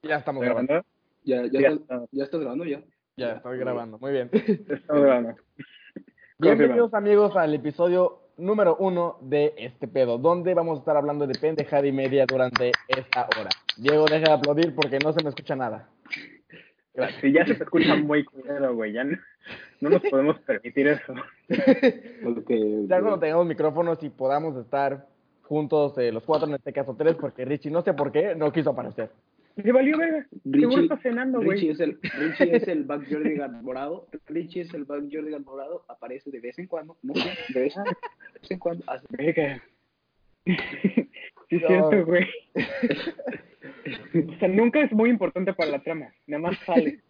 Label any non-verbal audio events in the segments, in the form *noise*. Ya estamos ¿Está grabando. grabando? Ya, ya, Ya. está- ya estás grabando ya. Ya estoy grabando. Muy bien. *laughs* Estamos grabando. Bienvenidos amigos al episodio número uno de este pedo, donde vamos a estar hablando de pendejada y media durante esta hora. Diego, deja de aplaudir porque no se me escucha nada. Gracias. Sí, ya se te escucha muy culero, güey. Ya no, no nos podemos permitir eso. Ok, Ya ok. cuando tengamos micrófonos y podamos estar juntos eh, los cuatro, en este caso tres, porque Richie no sé por qué no quiso aparecer. Se valió verga. Seguro Richie, está cenando, güey. Richie es el, Richie *laughs* es el back Jordigan morado. Richie es el back Jordigan morado. Aparece de vez en cuando. No sé, de vez en, de vez en cuando. hace- Verga. Sí, es No. cierto, *laughs* güey. O sea, nunca es muy importante para la trama. Nada más sale.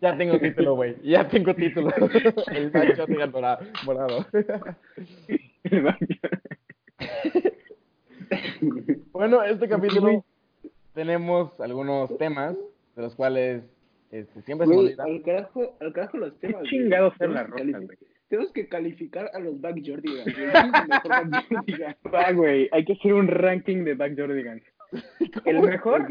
Ya tengo título, güey. Ya tengo título. *laughs* El macho de morado. morado. *laughs* Bueno, este capítulo tenemos algunos temas de los cuales este, siempre se me Güey, olvida. al carajo, al carajo los temas. güey. chingado ser Tenemos la que rosa, califi- güey. Tenemos que calificar a los back *laughs* Jordigan. güey. ¿Quién es el mejor back Jordigan? Va, güey. Hay que hacer un ranking de Back Jordigan. El mejor, Ok.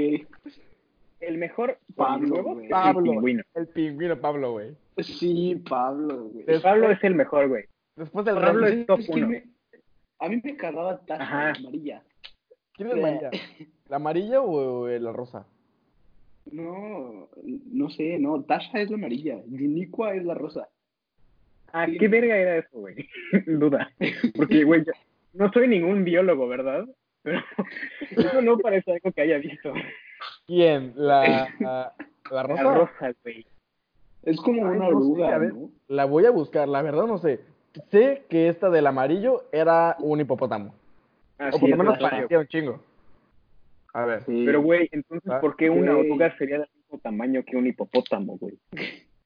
el mejor Pablo, por huevos güey. es Pablo. El pingüino. El pingüino Pablo, güey. Sí, Pablo, güey. Es- Pablo es el mejor, güey. Después del Pablo ranking. es top Es que uno. me- a mí me cagaba Eh, Taza Ajá. amarilla. ¿Quién es amarilla? ¿La amarilla o eh, la rosa? No, no sé, no, Tasha es la amarilla, Yuniqua es la rosa. Ah, ¿qué verga era eso, güey? *laughs* Duda. Porque, güey, yo no soy ningún biólogo, ¿verdad? Pero *laughs* eso no parece algo que haya visto. ¿Quién? ¿La, la, la La rosa? rosa, güey. Es como Ay, una no sé, oruga, a ver. ¿no? La voy a buscar, la verdad no sé. Sé que esta del amarillo era un hipopótamo. Así O por es, lo menos rosa. parecía un chingo. A ver. Pero, güey, entonces, Ah, ¿por qué una güey. oruga sería del mismo tamaño que un hipopótamo, güey?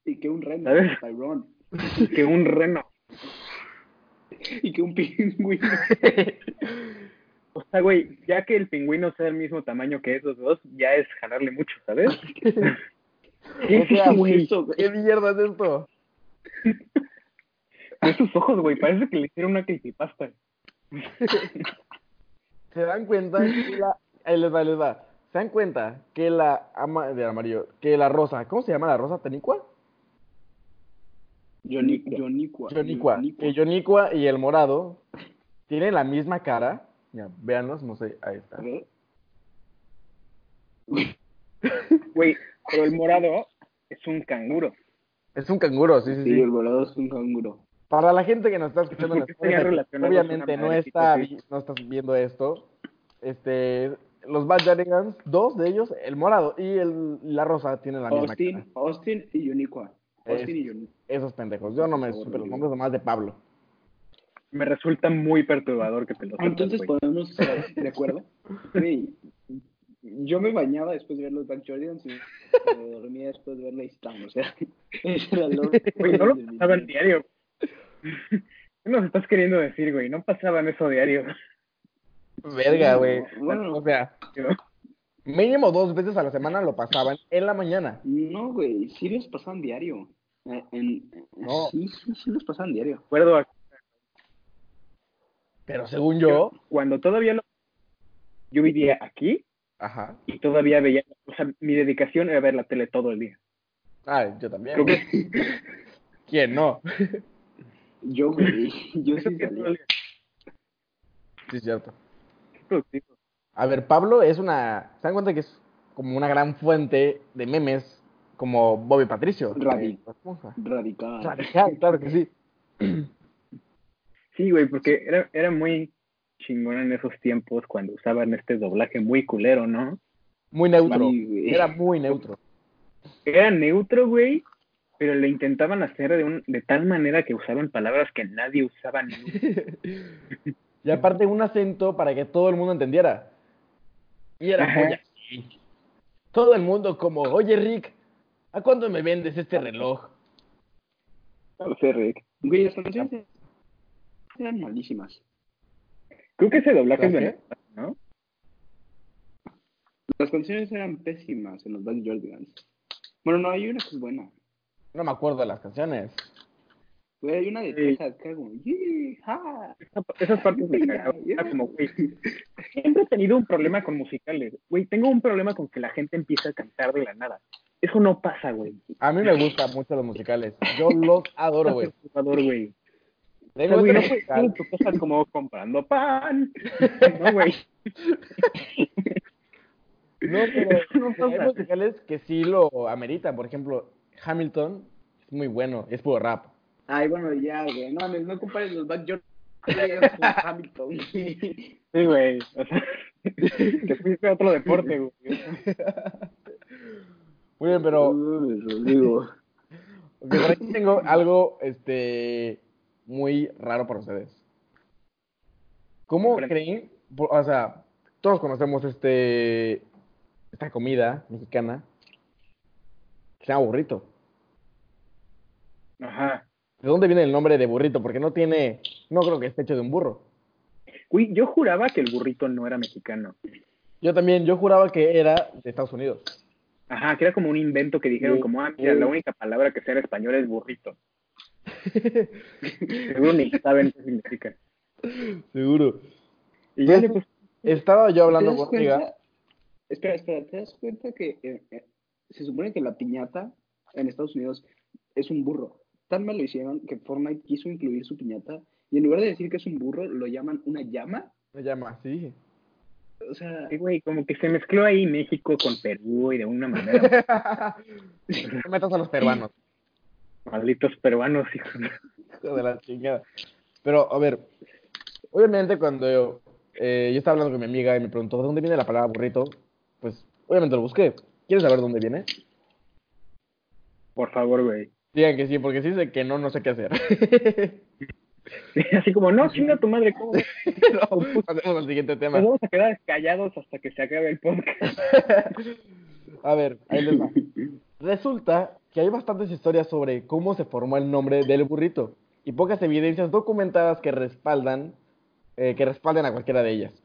Y que un reno, ¿Sabes? Tyrón. Que un reno. Y que *laughs* un pingüino. O sea, güey, ya que el pingüino sea del mismo tamaño que esos dos, ya es jalarle mucho, ¿sabes? ¿Qué O es sea, eso, güey? Eso, güey. ¿Qué mierda es esto? Esos ojos, güey, parece que le hicieron una creepypasta. ¿Se dan cuenta que la... Ahí les va, ahí les va. ¿Se dan cuenta que la ama de amarillo, que la rosa, ¿cómo se llama la rosa? ¿Tenicua? Yoni- Yoniqua. Yonicua. El Yonicua y el morado tienen la misma cara. Ya, véanlos, no sé, ahí está. A ver, Güey, pero el morado es un canguro. Es un canguro, sí, sí, Sí, sí. el volador es un canguro. Para la gente que nos está escuchando, en Porque Spotify, tenía relacionado obviamente con una no madre está, tipo vi- no estás viendo esto. Este, los Bad Jardigans, dos de ellos, el morado y el, la rosa, tienen la misma cara. Austin, Austin y Yoniqua. Austin y Es- Yoniqua. Esos pendejos. Yo no me Por supe los Dios. nombres nomás de Pablo. Me resulta muy perturbador que te lo Ah, Entonces podemos estar de *laughs* acuerdo. Güey, yo me bañaba después de ver los Back Jordans y me dormía después de ver la Istam. O sea, *laughs* ese era el orden *laughs* Güey, *laughs* no lo de mi pasaban vida. diario. *laughs* ¿Qué nos estás queriendo decir, güey? No pasaban eso diario. *laughs* Verga, güey. Bueno. O sea, mínimo dos veces a la semana lo pasaban en la mañana. No, güey, sí los pasaban diario. Eh, en- No. Sí, sí, sí los *laughs* pasaban diario. Recuerdo a- Pero según yo, cuando todavía lo... yo vivía aquí ajá. y todavía veía, o sea, mi dedicación era ver la tele todo el día. Ah, yo también. Creo que, ¿Quién no? Yo, güey, yo creo sí que todo el salía. día. Sí, es cierto. Qué productivo. A ver, Pablo es una. ¿Se dan cuenta que es como una gran fuente de memes como Bobby Patricio? de Radical. Bob Esponja? Radical. Radical, claro que sí. Sí, güey, porque era, era muy chingón en esos tiempos cuando usaban este doblaje muy culero, ¿no? Muy neutro. Sí, güey. Era muy neutro. Era neutro, güey, pero lo intentaban hacer de, un, de tal manera que usaban palabras que nadie usaba *laughs* nunca. Y aparte, un acento para que todo el mundo entendiera. Y era Ajá. joya. Todo el mundo como, oye Rick, ¿a cuánto me vendes este reloj? No sé, Rick. Güey, las canciones de- eran malísimas. Creo que ese doblaje es ¿Las qué? venezolano, ¿no? Las canciones eran pésimas en los Back Jordigans. Bueno, no, hay una que es buena. No me acuerdo de las canciones. Güey, hay una Sí. de Texas que hago. "Yeeha". Esas partes me cagaban. Era como, güey, siempre he tenido un problema con musicales. Güey, tengo un problema con que la gente empieza a cantar de la nada. Eso no pasa, güey. A mí me gustan mucho los musicales. Yo los adoro, *laughs* güey. Jugador, güey. Tengo No, güey, otro no puedes musical. *laughs* tú, tú estás como comprando *laughs* pan. No, güey. No, pero No hay pasa. musicales que sí lo ameritan. Por ejemplo, Hamilton es muy bueno, es puro rap. Ay, bueno, ya, güey. No mames, no compares los Back Jordigans *laughs* con Hamilton. Sí, güey. O sea, *laughs* te fuiste a otro deporte, güey. Muy bien, pero Uy, Rodrigo. ok, por aquí tengo algo este muy raro para ustedes. ¿Cómo Bueno. creen? por- O sea, todos conocemos este esta comida mexicana que se llama burrito. Ajá. ¿De dónde viene el nombre de burrito? Porque no tiene, no creo que esté hecho de un burro. Güey, yo juraba que el burrito no era mexicano. Yo también, yo juraba que era de Estados Unidos. Ajá, que era como un invento que dijeron, Sí, como, ah, mira, sí. la única palabra que sea en español es burrito. *laughs* Seguro ni saben qué significa. Seguro. Y ya le Pues, puse Estaba yo *laughs* hablando ¿Te das con Riga. cuenta? Espera, espera, ¿te das cuenta que eh, eh, se supone que la piñata en Estados Unidos es un burro? Tan mal lo hicieron que Fortnite quiso incluir su piñata y en lugar de decir que es un burro, lo llaman una llama. Se llama así. *laughs* pues, O sea, Sí, güey, como que se mezcló ahí México con Perú y de *laughs* una manera, no metas a los peruanos, malditos peruanos, hijo de- *laughs* hijo de la chingada. Pero, a ver, obviamente cuando yo, eh, yo estaba hablando con mi amiga y me preguntó, ¿de dónde viene la palabra burrito? Pues, obviamente lo busqué. ¿Quieres saber dónde viene? por favor, güey. *laughs* Digan que sí, porque si dice que no, no sé qué hacer. *laughs* Así como, no, chinga tu madre, *laughs* ¿cómo? *laughs* no, pasemos al siguiente tema. Nos vamos a quedar callados hasta que se acabe el podcast. *laughs* *laughs* A ver, ahí les *laughs* va. Resulta que hay bastantes historias sobre cómo se formó el nombre del burrito y pocas evidencias documentadas que respaldan eh, que respalden a cualquiera de ellas.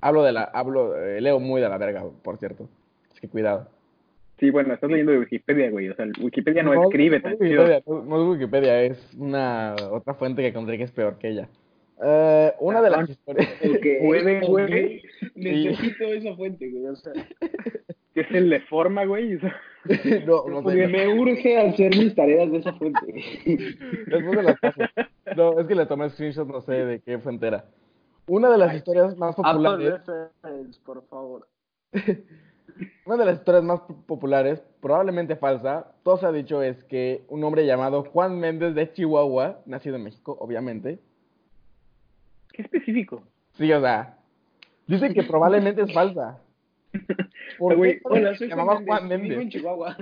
Hablo de la hablo eh, leo muy de la verga, por cierto. Así que cuidado. Sí, bueno, estás leyendo de Wikipedia, güey. O sea, Wikipedia no, No, escribe no tan es chido. Wikipedia, no- no es Wikipedia, es una otra fuente que encontré que es peor que ella. Eh, una de las historias Puede, güey, güey, necesito esa fuente, güey. O sea, que es el de forma, güey. o sea, *laughs* *laughs* no, no sé, no. me urge hacer mis tareas de esa fuente. Después de las paso. No, es que le tomé screenshot, no sé de qué fue entera. Una de las historias más populares, reference, por favor. una de las historias más po- populares, probablemente falsa, todo se ha dicho es que un hombre llamado Juan Méndez de Chihuahua, nacido en México, obviamente, Qué específico. sí, o sea, dicen que probablemente es falsa. ¿Por Güey, qué Hola, se soy llamaba Juan Vivo en Méndez? Chihuahua.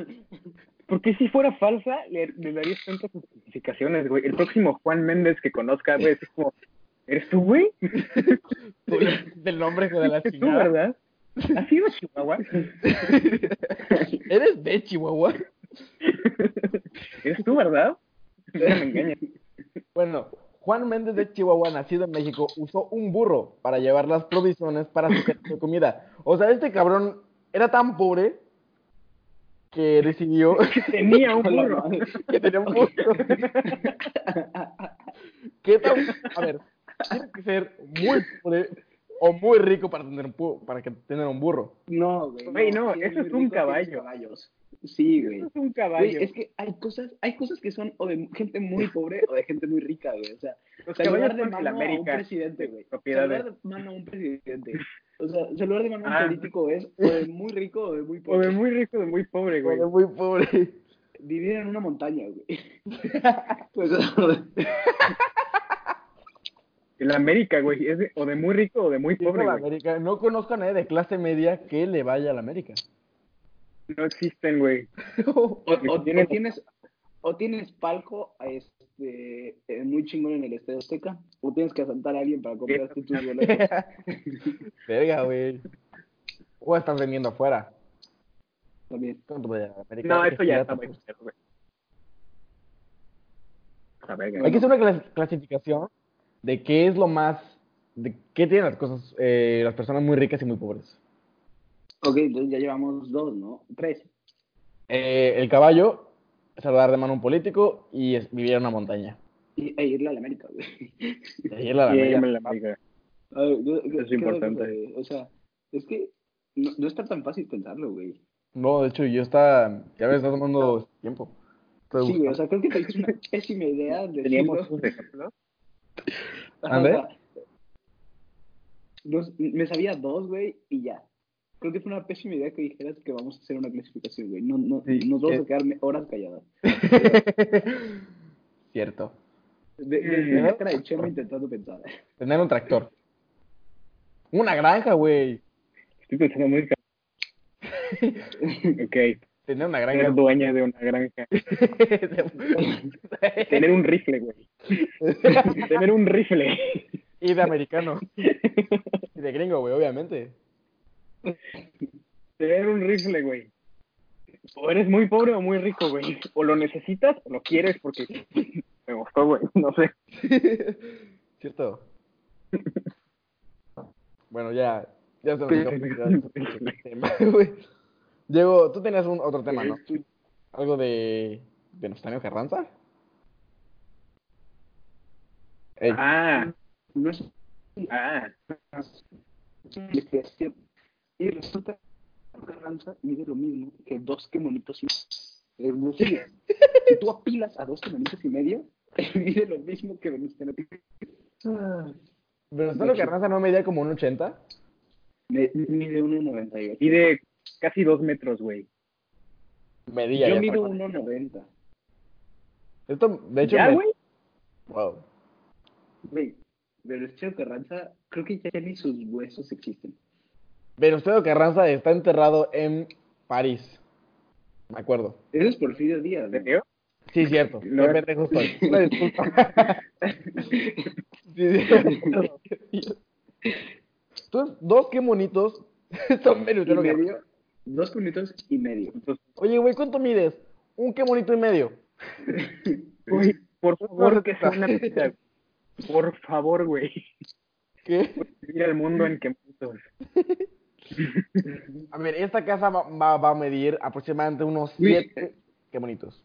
Porque si fuera falsa, le, le darías tantas justificaciones, güey. El próximo Juan Méndez que conozca, güey, es como, ¿eres tú, güey? *laughs* Tú le pusiste el nombre hijo de la *laughs* ¿Eres tú, chingada. verdad? ¿Has ido a Chihuahua? *laughs* ¿Eres de Chihuahua? *laughs* ¿Eres tú, verdad? No me engañes. Bueno, Juan Méndez de Chihuahua, nacido en México, usó un burro para llevar las provisiones para su servicio de comida. O sea, este cabrón era tan pobre que decidió *laughs* Tenía *laughs* un Hola, burro. madre. que tenía un *laughs* burro. ¿Qué tan- A ver, tienes que ser muy pobre o muy rico para tener un, pu- para que tener un burro. No, güey. Güey, no, sí, es eso muy es un rico, caballo. tiene caballos. Sí, güey. Es un caballo. Güey, es que hay cosas, hay cosas que son o de gente muy pobre o de gente muy rica, güey. O sea, Los saludar caballos de son el mano a un América. presidente, güey. propiedades. Saludar de mano a un presidente. O sea, saludar de mano a Ah. un político es o de muy rico o de muy O pobre. de muy rico, de muy pobre, güey. Era muy pobre. Vivir en una montaña, *laughs* güey. *laughs* pues, *laughs* o sea, El América, güey. Es de- o de muy rico o de muy Pobre pobre, la güey. América. No conozco a nadie de clase media que le vaya a la América. No existen, güey. o, o- o Tiene- tienes, o tienes palco este, eh, muy chingón en el Estadio Azteca, *laughs* *laughs* o tienes que asaltar a alguien para comprarte tus boletos. Verga, güey. O estás vendiendo afuera. También. No, eso ya está muy pues. culero, güey. A ver, Hay que hacer una clas- clasificación de qué es lo más. de qué tienen las cosas, eh, las personas muy ricas y muy pobres. Ok, entonces ya llevamos dos, ¿no? Tres. Eh, el caballo, saludar de mano a un político y es- vivir en una montaña. Y, e irle a la América, güey. *laughs* Y ahí la- Y la- ahí me la aplica. A ver, yo- yo- Es creo importante. que, o sea, es que no, no está tan fácil pensarlo, güey. No, de hecho, yo está. Ya ves, está tomando tiempo. Estoy Sí, güey, o buscando. sea, creo que te hice una pésima idea *laughs* de Teníamos un ejemplo. ¿Ande? me sabía dos, güey, y ya. Creo que fue una pésima idea que dijeras que vamos a hacer una clasificación, güey. No, no, Sí, nos vamos eh. a quedar me- horas calladas. *laughs* Cierto. De, de, Mm. de la cara de Chema intentando pensar. *laughs* Tener un tractor. Una granja, güey. Estoy pensando muy ca- Ok. Tener una Ser granja. dueña de una granja. Tener un rifle, güey. *laughs* Tener un rifle. *laughs* y de americano. Y de gringo, güey, *laughs* obviamente. Tener un rifle, güey. O eres muy pobre o muy rico, güey. O lo necesitas o lo quieres porque *laughs* me gustó, güey. No sé. ¿Cierto? Bueno, ya. Ya se nos Sí. acabó el tema, *laughs* güey. Diego, tú tenías un otro tema, ¿no? Algo de. de Nostanio Carranza. Ey, Ah, No es ah. investigación. Y resulta que Carranza mide lo mismo que dos quemonitos y medio. Eh, Es decir, *laughs* si tú apilas a dos quemonitos y medio, *laughs* mide lo mismo que Venustiano. pero Nostanio Carranza no medía como un 80. Me- Mide 1,98. Mide casi dos metros, güey. Medía. Yo ya, mido por- 1,90. Esto, de hecho. ¿Ya, me- güey? Wow. Güey, Venustiano Carranza, creo que ya ni sus huesos existen. Venustiano Carranza está enterrado en París. Me acuerdo. Eso es Porfirio Díaz, *laughs* ¿En ¿no? serio? Sí, cierto. No. Qué pendejo estoy. Una disculpa. *laughs* Sí, cierto. Tú, dos qué bonitos *laughs* son Y Venustiano Carranza. medio, dos quemonitos y medio. *laughs* Entonces, Oye, güey, ¿cuánto mides? Un qué bonito y medio. güey, por favor, que sea Puta. una pizza. güey. Por favor, güey. ¿Qué? Mira el mundo en que A ver, esta casa va, va- va a medir aproximadamente unos Güey. siete qué bonitos.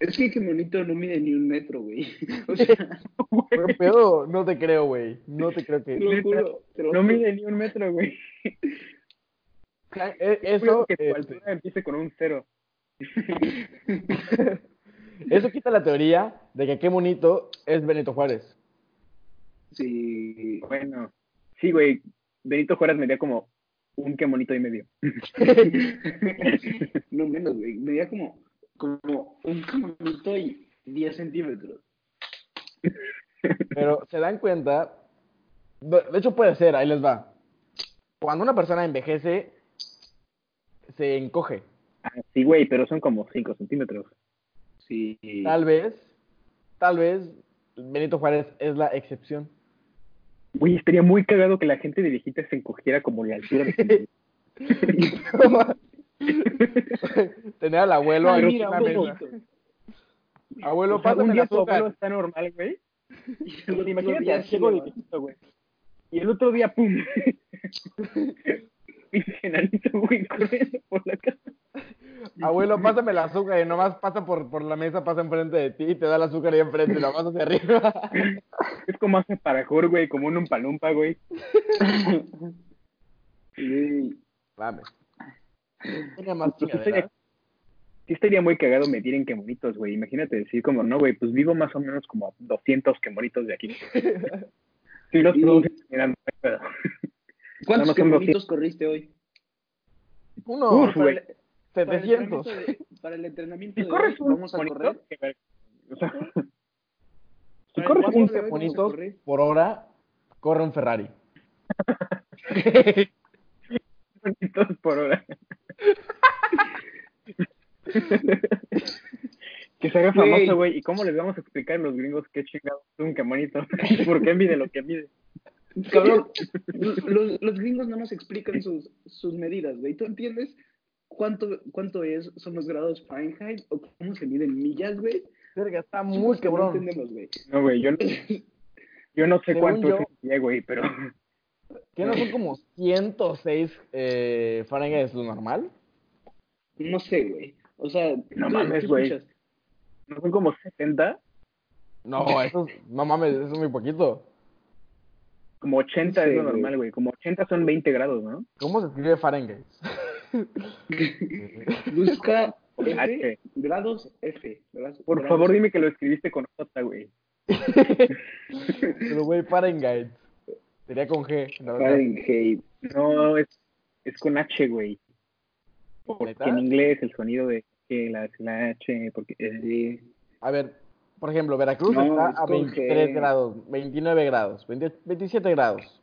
Es que el quemonito no mide ni un metro, güey. *laughs* O sea, Pero pedo, no te creo, güey. No te creo te que. lo juro. te lo No juro. mide ni un metro, güey. *laughs* Eh, Eso, Eso que eh, tu altura empiece con un cero. este, eso quita la teoría de que qué bonito es Benito Juárez. Sí. Bueno, sí, güey. Benito Juárez medía como un quemonito y medio. *laughs* No menos, güey. Medía como, como un quemonito y 10 centímetros. Pero se dan cuenta, de de hecho puede ser, ahí les va. Cuando una persona envejece, se encoge. Ah, Sí, güey, pero son como cinco centímetros. Sí. Tal vez, tal vez Benito Juárez es la excepción. *laughs* Güey, estaría muy cagado que la gente de viejita se encogiera como la altura de Tener al abuelo Ay, ahí mira, en la un mesa. poquito. *laughs* Abuelo, O sea, un pásame el día tu azúcar. abuelo está normal, güey. El otro Imagínate día al sí, ciego de ¿verdad? viejito, güey. Y el otro día, pum. *laughs* Pinche enanito, güey, corriendo por la casa. *laughs* Abuelo, pásame el azúcar y nomás pasa por, por la mesa, pasa enfrente de ti y te da el azúcar ahí enfrente y nomás hacia arriba. *laughs* Es como hace parajor, güey, como un umpalumpa, güey. Sí. Mames. Una más Pues sí chingadera. estaría- sí estaría muy cagado medir en quemonitos, güey. Imagínate decir como, no, güey, pues vivo más o menos como a 200 quemonitos de *laughs* aquí. Si los Y- produces, mira, no hay pedo. ¿Cuántos Nada más son quemonitos corriste hoy? Uno, Uf, para güey. el- 700. Para el entrenamiento Si de, para el entrenamiento de corres hoy, un vamos a correr. quemonito, qué verga. O sea, si Para corres el un entrenamiento de hoy, vamos a bonitos correr. por hora corre un *laughs* Ferrari. quemonito por hora. que se haga Güey. famoso, *laughs* güey. ¿Y cómo les vamos a explicar a los gringos qué chingados es un quemonito? ¿Por qué mide lo que mide? Cabrón, los, los gringos no nos explican sus, sus medidas, güey. ¿Tú entiendes cuánto, cuánto es, son los grados Fahrenheit o cómo se miden millas, güey? Verga, está muy cabrón. No entendemos, güey. No, güey, yo no, yo no sé Según cuánto yo- es en pie, güey, pero ¿Qué no son como 106 eh, Fahrenheit es lo normal? No sé, güey. O sea, No tú- mames, tú güey. escuchas, no son como 70, *laughs* No, eso es, no mames, eso es muy poquito. como 80 Sí, es lo güey. normal, güey. Como 80 son 20 grados, ¿no? ¿Cómo se escribe *laughs* Fahrenheit? *laughs* Busca F, H. grados F. grados- Por grados favor, dime que lo escribiste con J, güey. Pero güey, Fahrenheit. Sería con G, la verdad. Fahrenheit. No, es, es con H, güey. Porque ¿Neta? en inglés el sonido de que la, la H, porque... eh, Sí. A ver, por ejemplo, Veracruz No, está es a con 23 G. grados, 29 grados, 20 27 grados.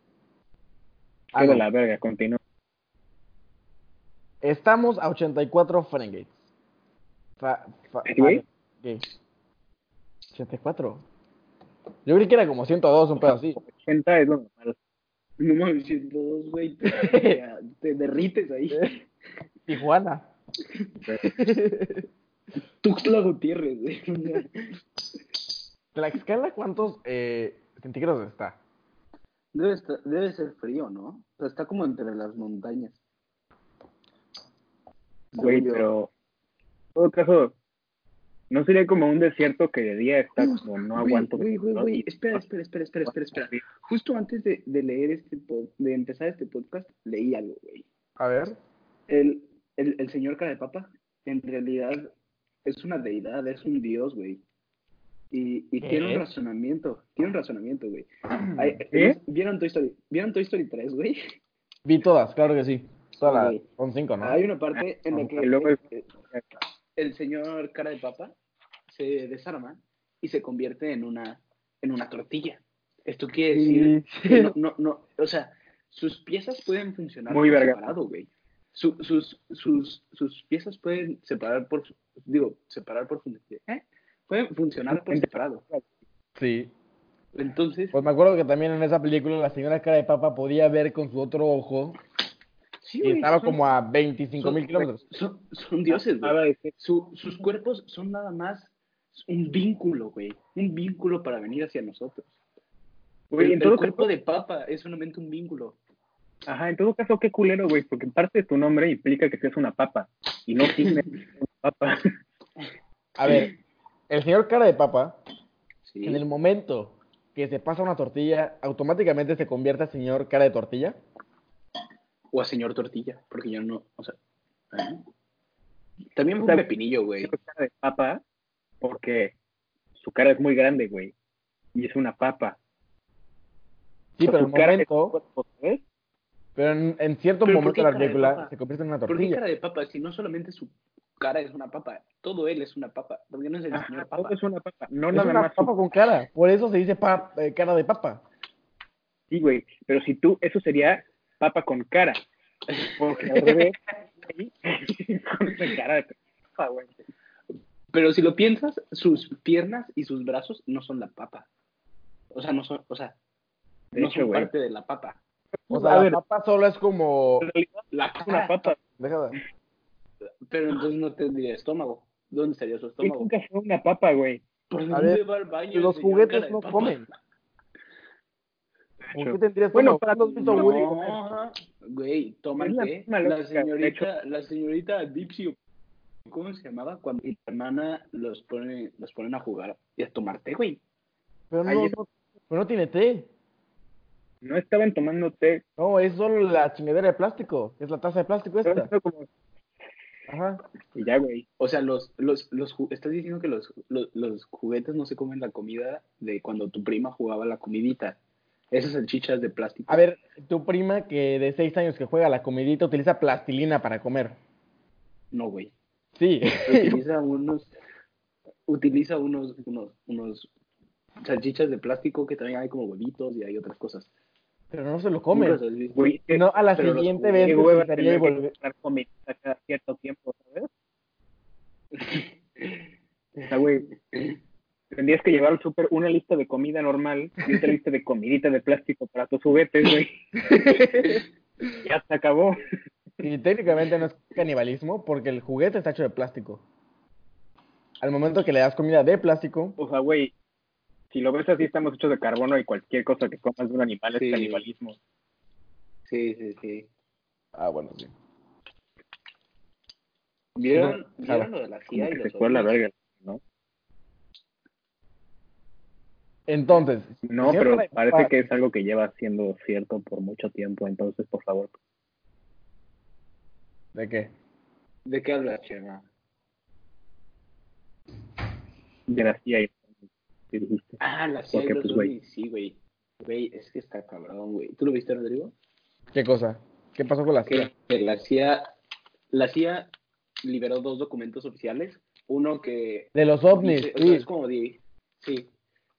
Ah, qué de no. la verga, continúa. Estamos a 84 Fahrenheit. Fa- fa- ¿Sí, güey? Fahrenheit. 84. Yo creí que era como 102, un pedo así. 80 es lo normal. No mames, 102, güey. Te, *laughs* te- te derrites *laughs* ahí. Tijuana. Tuxtla Gutiérrez, güey. Tlaxcala, ¿cuántos eh, centígrados está? Debe, estar- debe ser frío, ¿no? O sea, está como entre las montañas. Güey, Según yo. pero... En todo caso, no sería como un desierto que de día está como no Güey, aguanto. Güey, güey, ¿no? güey. Espera, espera, espera, espera, espera, espera. Justo antes de, de leer este pod- de empezar este podcast, leí algo, güey. A ver. El, el, el señor cara de papa, en realidad, es una deidad, es un dios, güey. Y, y ¿Qué? tiene un razonamiento, tiene un razonamiento, güey. Ay, ¿Eh? ¿Vieron Toy Story? ¿Vieron Toy Story 3, güey? Vi todas, claro que sí. Todas las Güey. son cinco, ¿no? Hay una parte en la Aunque que luego es- eh, el señor cara de papa se desarma y se convierte en una, en una tortilla. Esto quiere decir *laughs* que no, no, no, o sea, sus piezas pueden funcionar Muy por verga. separado, güey. Su- sus, sus, sus piezas pueden separar por, digo, separar por funcionar, Pueden funcionar por separado. Sí. Entonces, Pues me acuerdo que también en esa película la señora cara de papa podía ver con su otro ojo sí, y güey, estaba son- como a 25 mil son- kilómetros. Son, son dioses, güey. Nada este, de que- Su- sus cuerpos son nada más un vínculo, güey. Un vínculo para venir hacia nosotros. Güey, el, en el todo cuerpo caso- de papa es solamente un vínculo. Ajá, en todo caso, qué culero, güey, porque parte de tu nombre implica que seas una papa. Y *laughs* no tienes una papa. A ver, el señor cara de papa, Sí. en el momento que se pasa una tortilla, automáticamente se convierte a señor cara de tortilla. O a señor tortilla, porque yo no, o sea. ¿eh? También fue O sea, un pepinillo, güey. Tiene *laughs* cara de papa porque su cara es muy grande, güey. Y es una papa. Sí, O sea, pero *laughs* en su el cara es un momento, cuerpo, ¿sabes? pero en, en cierto ¿Pero por momento qué de la cara de película papa? se convierte en una ¿Por qué tortilla. cara de papa? Si no solamente su cara es una papa, todo él es una papa. Porque no es el Ajá, señor todo papa. es una papa. No Es nada una más. su- papa con cara, por eso se dice pa- eh, cara de papa. Sí, güey. Pero si tú, eso sería papa con cara. Porque al *laughs* revés, ahí, *laughs* con esa cara de papa, güey. Pero si lo piensas, sus piernas y sus brazos no son la papa. O sea, no son, o sea, De no hecho, son güey. parte de la papa. Pues, O A sea, la ver. papa solo es como... En realidad La es una papa. Deja de- Pero entonces no tendría estómago. ¿Dónde estaría su ¿Quién estómago? nunca fue una papa, güey? ¿Por A dónde ver, va al baño? el Los señor cara juguetes de no papa? comen. ¿Por hecho. qué tendrías Bueno, estómago? para- ¿Cuándo has visto a No, Woody comer? güey, toman Es la qué. misma lógica, La de señorita, la señorita Dipsy, o- ¿cómo se llamaba? Cuando mi hermana los pone, los ponen a jugar y a tomar té, güey. Pero no, Ayer- no- pero no tiene té. No estaban tomando té. No, es solo la chingadera de plástico. Es la taza de plástico Estaban esta. haciendo como... Ajá. Y ya, güey. O sea, los, los, los, ju- estás diciendo que los, los, los juguetes no se comen la comida de cuando tu prima jugaba la comidita. Esas salchichas de plástico. A ver, tu prima que de seis años que juega a la comidita utiliza plastilina para comer. No, güey. Sí. *laughs* utiliza unos utiliza unos unos unos salchichas de plástico que también hay como huevitos y hay otras cosas Pero no se lo come. Nunca los has visto. Güey, Si no, a la Pero los siguiente jugué, vez Qué se hueva sentaría Este y tener que volver. comprar comida cada cierto tiempo, ¿sabes? O sea, güey, tendrías que llevar al súper una lista de comida normal y otra lista de comidita de plástico para tus juguetes, *laughs* güey. ya se acabó. Y técnicamente no es canibalismo porque el juguete está hecho de plástico. Al momento que le das comida de plástico, O sea, güey, si lo ves así, estamos hechos de carbono y cualquier cosa que comas de un animal Sí. es canibalismo. Sí, sí, sí. ah, bueno, sí. ¿Vieron, No, ¿vieron claro. lo de la Como CIA y que se los fue a la ovnis? verga. Entonces, No, si pero siempre- parece que es algo que lleva siendo cierto por mucho tiempo, entonces, por favor. ¿De qué? ¿De qué hablas, Chema? Gracias. y- y dijiste. Ah, la CIA y Porque, los pues, güey. ovnis, sí, güey. Güey, es que está cabrón, güey. ¿Tú lo viste, Rodrigo? ¿Qué cosa? ¿Qué pasó con la que, CIA? que la CIA la CIA liberó dos documentos oficiales uno que De los ovnis. dice- o sea, sí. es como di- sí,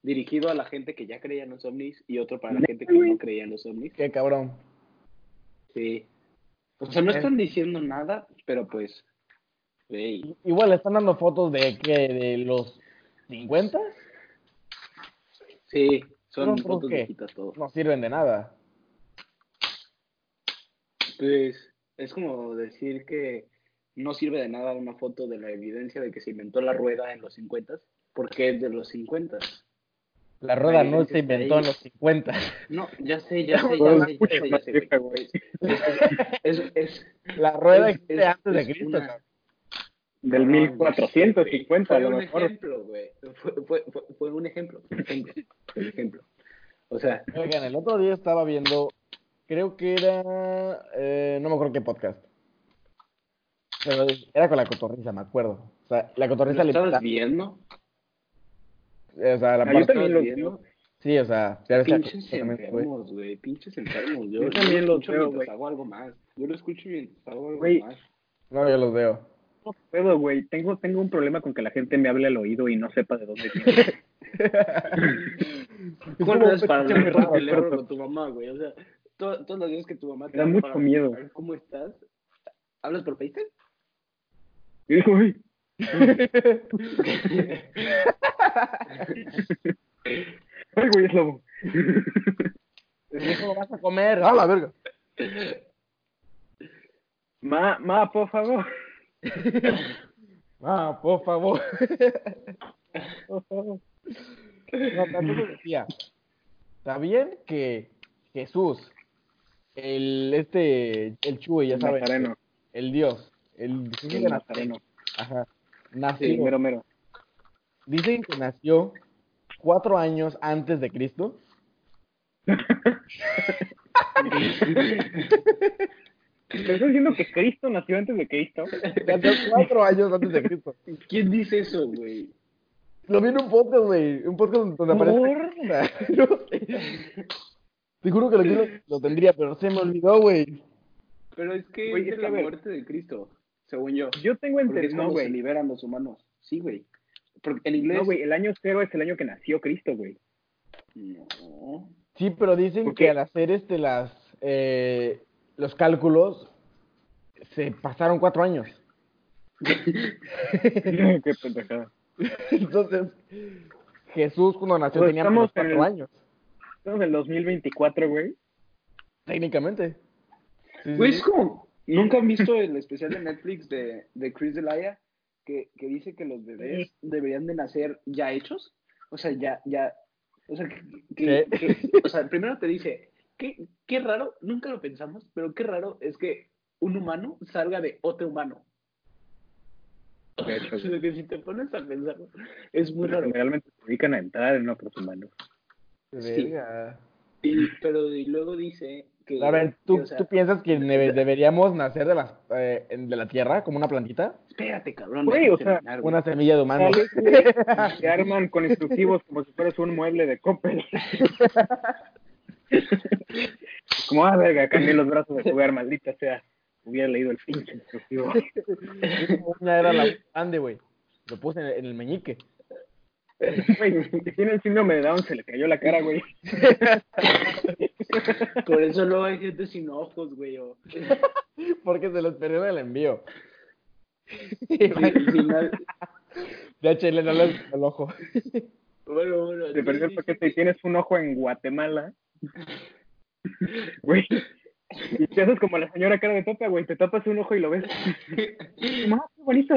dirigido a la gente que ya creía en los ovnis y otro para la gente que no creía en los ovnis Qué cabrón. sí o sea no están diciendo nada pero pues güey, Igual están dando fotos de que de los 50 sí son No, ¿por fotos qué? viejitas todo no sirven de nada. pues es como decir que no sirve de nada una foto de la evidencia de que se inventó la rueda en los 50 porque es de los 50 La rueda Ahí no dices, se inventó ahí. en los 50. No, ya sé, ya sé, Pues, Bueno, ya sé, ya sé, ya sé, escucha, güey. Es, es, es, La rueda es- existe es- antes de es Cristo. una- cabrón. Del No, 1450, a Fue lo un mejor. ejemplo, güey. Fue, fue, fue, fue un ejemplo. un ejemplo, un ejemplo. O sea, Oigan, el otro día estaba viendo, creo que era, eh, no me acuerdo qué podcast. Pero era con la cotorriza, me acuerdo. O sea, la cotorriza ¿lo le estabas viendo? O sea, la parte- Ah, yo también ¿Estabas lo viendo? Sí, o sea, ya ves que la Pinches cotorriza Pues también fue. enfermos, güey. Pinches enfermos. Yo, Yo también lo escucho veo, mientras güey. hago algo más. Yo lo escucho mientras hago algo Güey. más. No, yo los veo. *laughs* *laughs* No puedo, güey. Tengo, tengo un problema con que la gente me hable al oído y no sepa de dónde viene. *laughs* ¿Cuántas veces para escucha hablar muy por raro, teléfono corto. con tu mamá, güey? O sea, to- todos los días que tu mamá Me da habla mucho para miedo. saber ¿Cómo estás? ¿Hablas por FaceTime? Y digo, "Uy, ay, güey, es lobo. Hijo, vas a comer? ¡A la verga! Ma, ma, por favor. Ah, por favor. *laughs* No, también les decía, ¿sabían que Jesús, el este, el Chuy, ya saben, Nazareno. el Dios, el Jesús de El Nazareno, Nazareno. ajá, Sí, nació, mero, mero. dicen que nació cuatro años antes de Cristo? ¿Te estás diciendo que Cristo nació antes *laughs* de Cristo? *laughs* Nació cuatro años antes de Cristo. ¿Quién dice eso, güey? Lo vi en un podcast, güey. Un podcast donde aparece. *laughs* Gorda. No *laughs* sé. Te juro que lo, quiero- lo tendría, pero se me olvidó, güey. Pero es que Güey, es de es que, la a ver. muerte de Cristo, según yo. Yo tengo Porque es entendido, cuando no, se güey. liberan los humanos. Sí, güey. Porque en inglés... No, güey, el año cero es el año que nació *laughs* Cristo, güey. No. Sí, pero dicen ¿Por que qué? al hacer este las eh, los cálculos se pasaron cuatro años. *laughs* Qué pendejada. Entonces, Jesús cuando nació Pues tenía estamos menos cuatro en el- años, Estamos en el 2024, güey. técnicamente. Sí, Güey, Pues, sí, es como... ¿Nunca han visto el especial de Netflix de, de Chris Delia que, que dice que los bebés deberían de nacer ya hechos? O sea, ya... ya o sea, que, ¿Qué? que- o sea primero te dice, qué, qué raro, nunca lo pensamos, pero qué raro es que un humano salga de otro humano. De hecho, O sea, que si te pones a pensarlo, es muy raro. Realmente se dedican a entrar en otros humanos. sí. sí. Y, pero y luego dice que. A ver, ¿tú, que, o sea, ¿tú piensas que ne- deberíamos nacer de, las, eh, de la tierra como una plantita? Espérate, cabrón. Güey, déjame o sea, terminar, güey. Una semilla de humano. Sales, güey, Te arman con instructivos como si fueras un mueble de Coppel. como, ah, verga, cambié los brazos de jugar, maldita sea. Hubiera leído el pinche instructivo. Esa uña era la más grande, güey. Lo puse en el, en el meñique. Güey, si tiene el síndrome de Down, se le cayó la cara, güey. *laughs* Por eso luego hay gente sin ojos, güey. *laughs* O, Porque se los perdió en el envío. *laughs* sin- sin nada. Ya chile, no le el ojo. pero. Te perdió el paquete y tienes un ojo en Guatemala. Güey. Y te haces como la señora cara de topa, güey. Te tapas un ojo y lo ves. ¡Ah, qué bonito!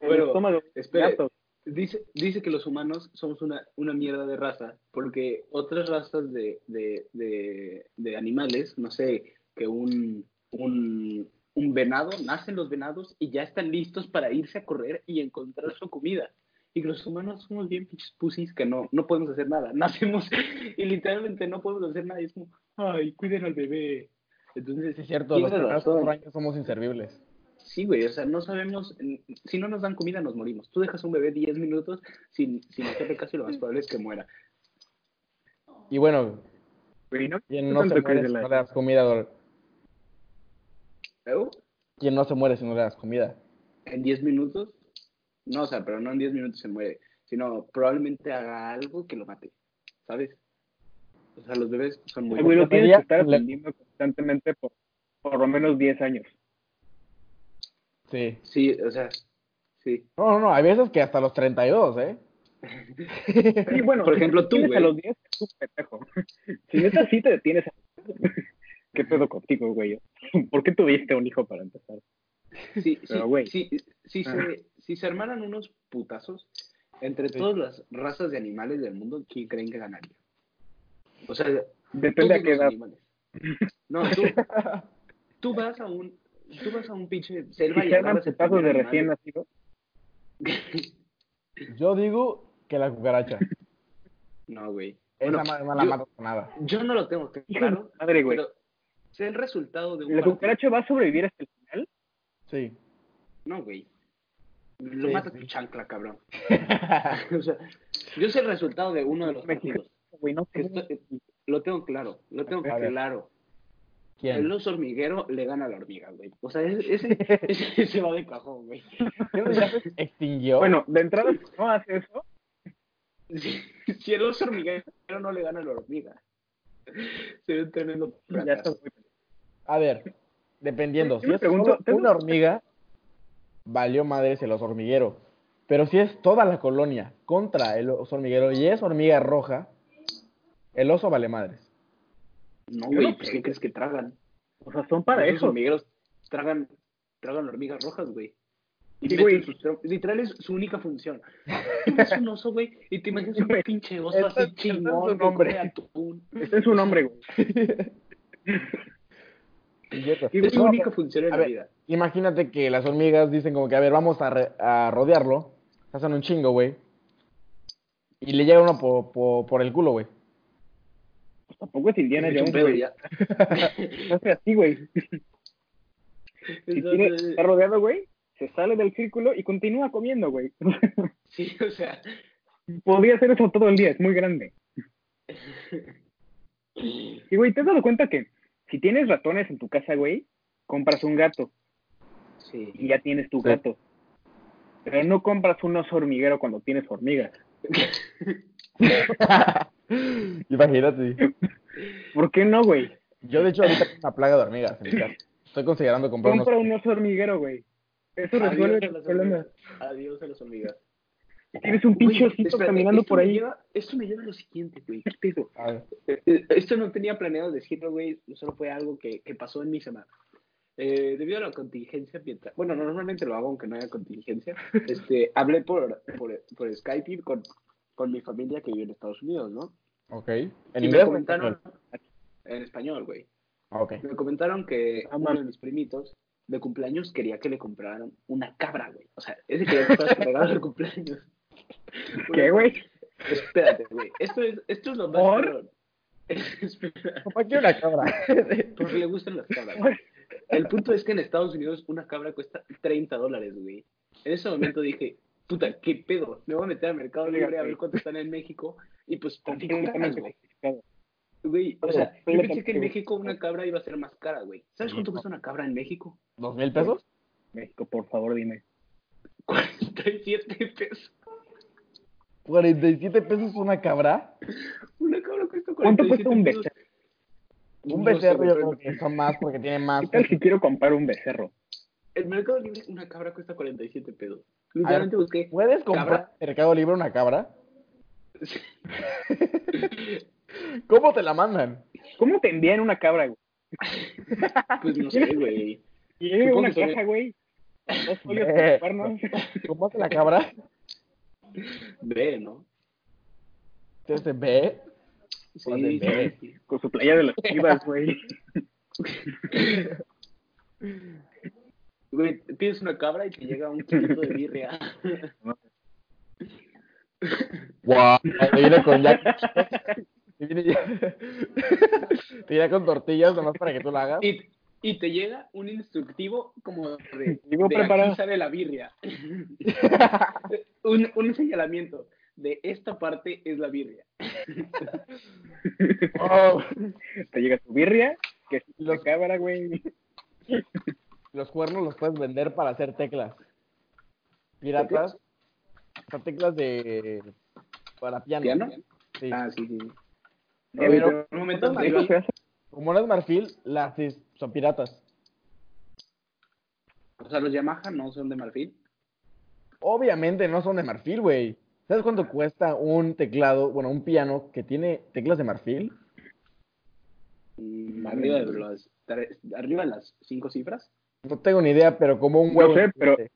Bueno, el estómago. espera. gato. Dice, dice que los humanos somos una, una mierda de raza, porque otras razas de, de, de, de animales, no sé, que un, un, un venado, nacen los venados y ya están listos para irse a correr y encontrar su comida. Y que los humanos somos bien pinches pussies que no, no podemos hacer nada. *laughs* Nacemos y literalmente no podemos hacer nada. Y es como, ay, cuiden al bebé. Entonces, Sí, es cierto, los tienes primeros razón. cuatro años somos inservibles. Sí, güey, o sea, no sabemos, si no nos dan comida nos morimos. Tú dejas a un bebé 10 minutos sin, sin hacerle caso y lo más probable es que muera. Y bueno, Güey, ¿no? quien no se Tanto que muere de si la- no le das comida, Dol- Luego, quien no se muere si no le das comida. en 10 minutos, no, o sea, pero no en 10 minutos se muere, sino probablemente haga algo que lo mate, ¿sabes? O sea, los bebés son muy... Ay, güey, lo Porque tienes ya que estar le- atendiendo constantemente por, por lo menos 10 años. Sí. Sí, o sea, sí. No, no, no, hay veces que hasta los 32, ¿eh? Sí, bueno, Por si te ejemplo, tú, detienes güey. a los 10, es un pendejo. *laughs* Si es así, te detienes a *laughs* ¿Qué pedo contigo, güey? *laughs* ¿Por qué tuviste un hijo para empezar? *laughs* Sí, Pero, sí, güey. Ah. sí, sí se, si se armaran unos putazos entre todas las razas de animales del mundo, ¿quién creen que ganaría? O sea, Depende a Todos qué los edad. animales. No, *laughs* tú, tú vas a un tú vas a un pinche selva Si y se arman agarras el putazos de primer recién animal. nacido, Yo digo que la cucaracha. No, güey. Esa Bueno, madre no la yo- matas con nada. Yo no lo tengo hijo de claro, madre, güey. pero sea el resultado de un ¿La partido. cucaracha va a sobrevivir hasta el final? Sí. No, güey. Lo Sí, mata sí. tu *laughs* chancla, cabrón. o sea, yo sé el resultado de uno de los Mexicano. partidos. Güey, no Que sé. *laughs* esto- eh, lo tengo claro, lo tengo A ver. claro. El ¿Quién? oso hormiguero le gana a la hormiga, güey. O sea, ese, *laughs* ese, ese se va de cajón, güey. ¿Ya *laughs* se extinguió? Bueno, de entrada, si no hace eso, Si, *laughs* si el oso hormiguero no le gana a la hormiga, se ve un tremendo ya está fracaso. muy A ver, dependiendo. Yo Si me es pregunto, solo ¿tengo- una hormiga, valió madres el oso hormiguero. Pero si es toda la colonia contra el oso hormiguero y es hormiga roja, el oso vale madres. No, Yo güey, no pues, creo. ¿qué crees que tragan? O sea, son para Los osos eso. hormigueros tragan, tragan hormigas rojas, güey. Y Sí, meten güey. sus trom- literal es su *laughs* única función. Tú ves un oso, güey, y te imaginas un Güey, pinche oso está- así está en chingón, su que nombre. come atún. Ese Este es su nombre, güey. Y yo creo- Es su No, única pero función en a la ver. vida. imagínate que las hormigas dicen como que, a ver, vamos a, re- a rodearlo. Hacen un chingo, güey. Y le llega uno po- po- por el culo, güey. *laughs* Tampoco es Indiana Es un Jones, pedo güey. *laughs* ya. No hace así, güey. Si tiene, está rodeado, güey, se sale del círculo y continúa comiendo, güey. *laughs* Sí, o sea, Podría hacer eso todo el día, es muy grande. Y, güey, ¿te has dado cuenta que si tienes ratones en tu casa, güey, compras un gato sí. y ya tienes tu Sí. gato? Pero no compras un oso hormiguero cuando tienes hormigas. Imagínate. ¿Por qué no, güey? Yo, de hecho, ahorita tengo una plaga de hormigas en mi casa. Estoy considerando comprar unos... Compra un oso hormiguero, güey. Eso resuelve Adiós a el las problema. hormigas. Adiós a las hormigas. Tienes un pinche Güey, osito espérate, caminando esto por me ahí. lleva- esto me lleva a lo siguiente, güey. ¿Qué pedo? A ver, Eh, eh, Esto no tenía planeado decirlo, güey. Solo fue algo que, que pasó en mi semana. Eh, debido a la contingencia, mientras- bueno, normalmente lo hago aunque no haya *laughs* contingencia. Este, hablé por, por, por Skype y con, con mi familia que vive en Estados Unidos, ¿no? ok. ¿En y inglés me o en comentaron español? en español, güey. Ah, Ok. Me comentaron que Ah, uno man. de mis primitos de cumpleaños quería que le compraran una cabra, güey. O sea, ese quería que fuera su regalo de cumpleaños. *laughs* ¿Qué, güey? Espérate, güey. Esto es, esto es lo más. ¿Por? cabrón. *laughs* *laughs* Espera. Papá, quiero una cabra. Porque le gustan las cabras. güey. El punto es que en Estados Unidos una cabra cuesta 30 dólares, güey. En ese momento dije, puta, qué pedo. Me voy a meter al Mercado Libre a ver cuánto están en México. Y pues, compré cabras, Completamente güey. justificado. Güey, o sea, yo pensé que Completamente. en México una cabra iba a ser más cara, güey. ¿Sabes cuánto cuesta una cabra en México? *laughs* ¿Dos mil pesos? México, por favor, dime. 47 pesos. ¿47 pesos una cabra? Una cabra cuesta 47 ¿Cuánto cuesta un pesos. becerro? Un No sé, becerro güey, yo pero- creo que son más porque tiene más... ¿Qué tal si quiero comprar un becerro? el mercado libre, una cabra cuesta 47 pesos. Literalmente busqué. ¿Puedes comprar en Mercado Libre una cabra? ¿Cómo te la mandan? ¿Cómo te envían una cabra, güey? *laughs* Pues no sé, güey. Y en Supongo una que son- caja, güey. Dos folios Ve. *laughs* para ocuparnos. ¿Cómo te la cabra? Ve, ¿no? ¿Te se ve? Sí, Joder, ve. sí, sí. Con su playa de las chivas, güey. Güey, te pides una cabra y te llega un kilito de *laughs* birria. ¡Wow! Te viene con *laughs* ya. Te viene ya. Te viene con tortillas nomás para que tú la hagas. Y, y te llega un instructivo como de, Digo, de preparado. aquí sale *laughs* la birria. un, un señalamiento de esta parte es la birria. Oh, *laughs* Te llega tu birria, que es la Los- cabra, güey. Los cuernos los puedes vender para hacer teclas. Piratas. O sea, teclas de. Para piano. ¿Piano? Sí. Ah, sí, sí. sí. Eh, güey, pero- pero Un momento, ¿eso Maribel. se hace? Como no es marfil, las dis- son piratas. O sea, los Yamaha no son de marfil. Obviamente no son de marfil, güey. ¿Sabes Ah. cuánto cuesta un teclado, bueno, un piano que tiene teclas de marfil? Mm, Arriba de las, tres- arriba de las cinco cifras. No tengo ni idea, pero como un No huevo. sé, de pero- siete.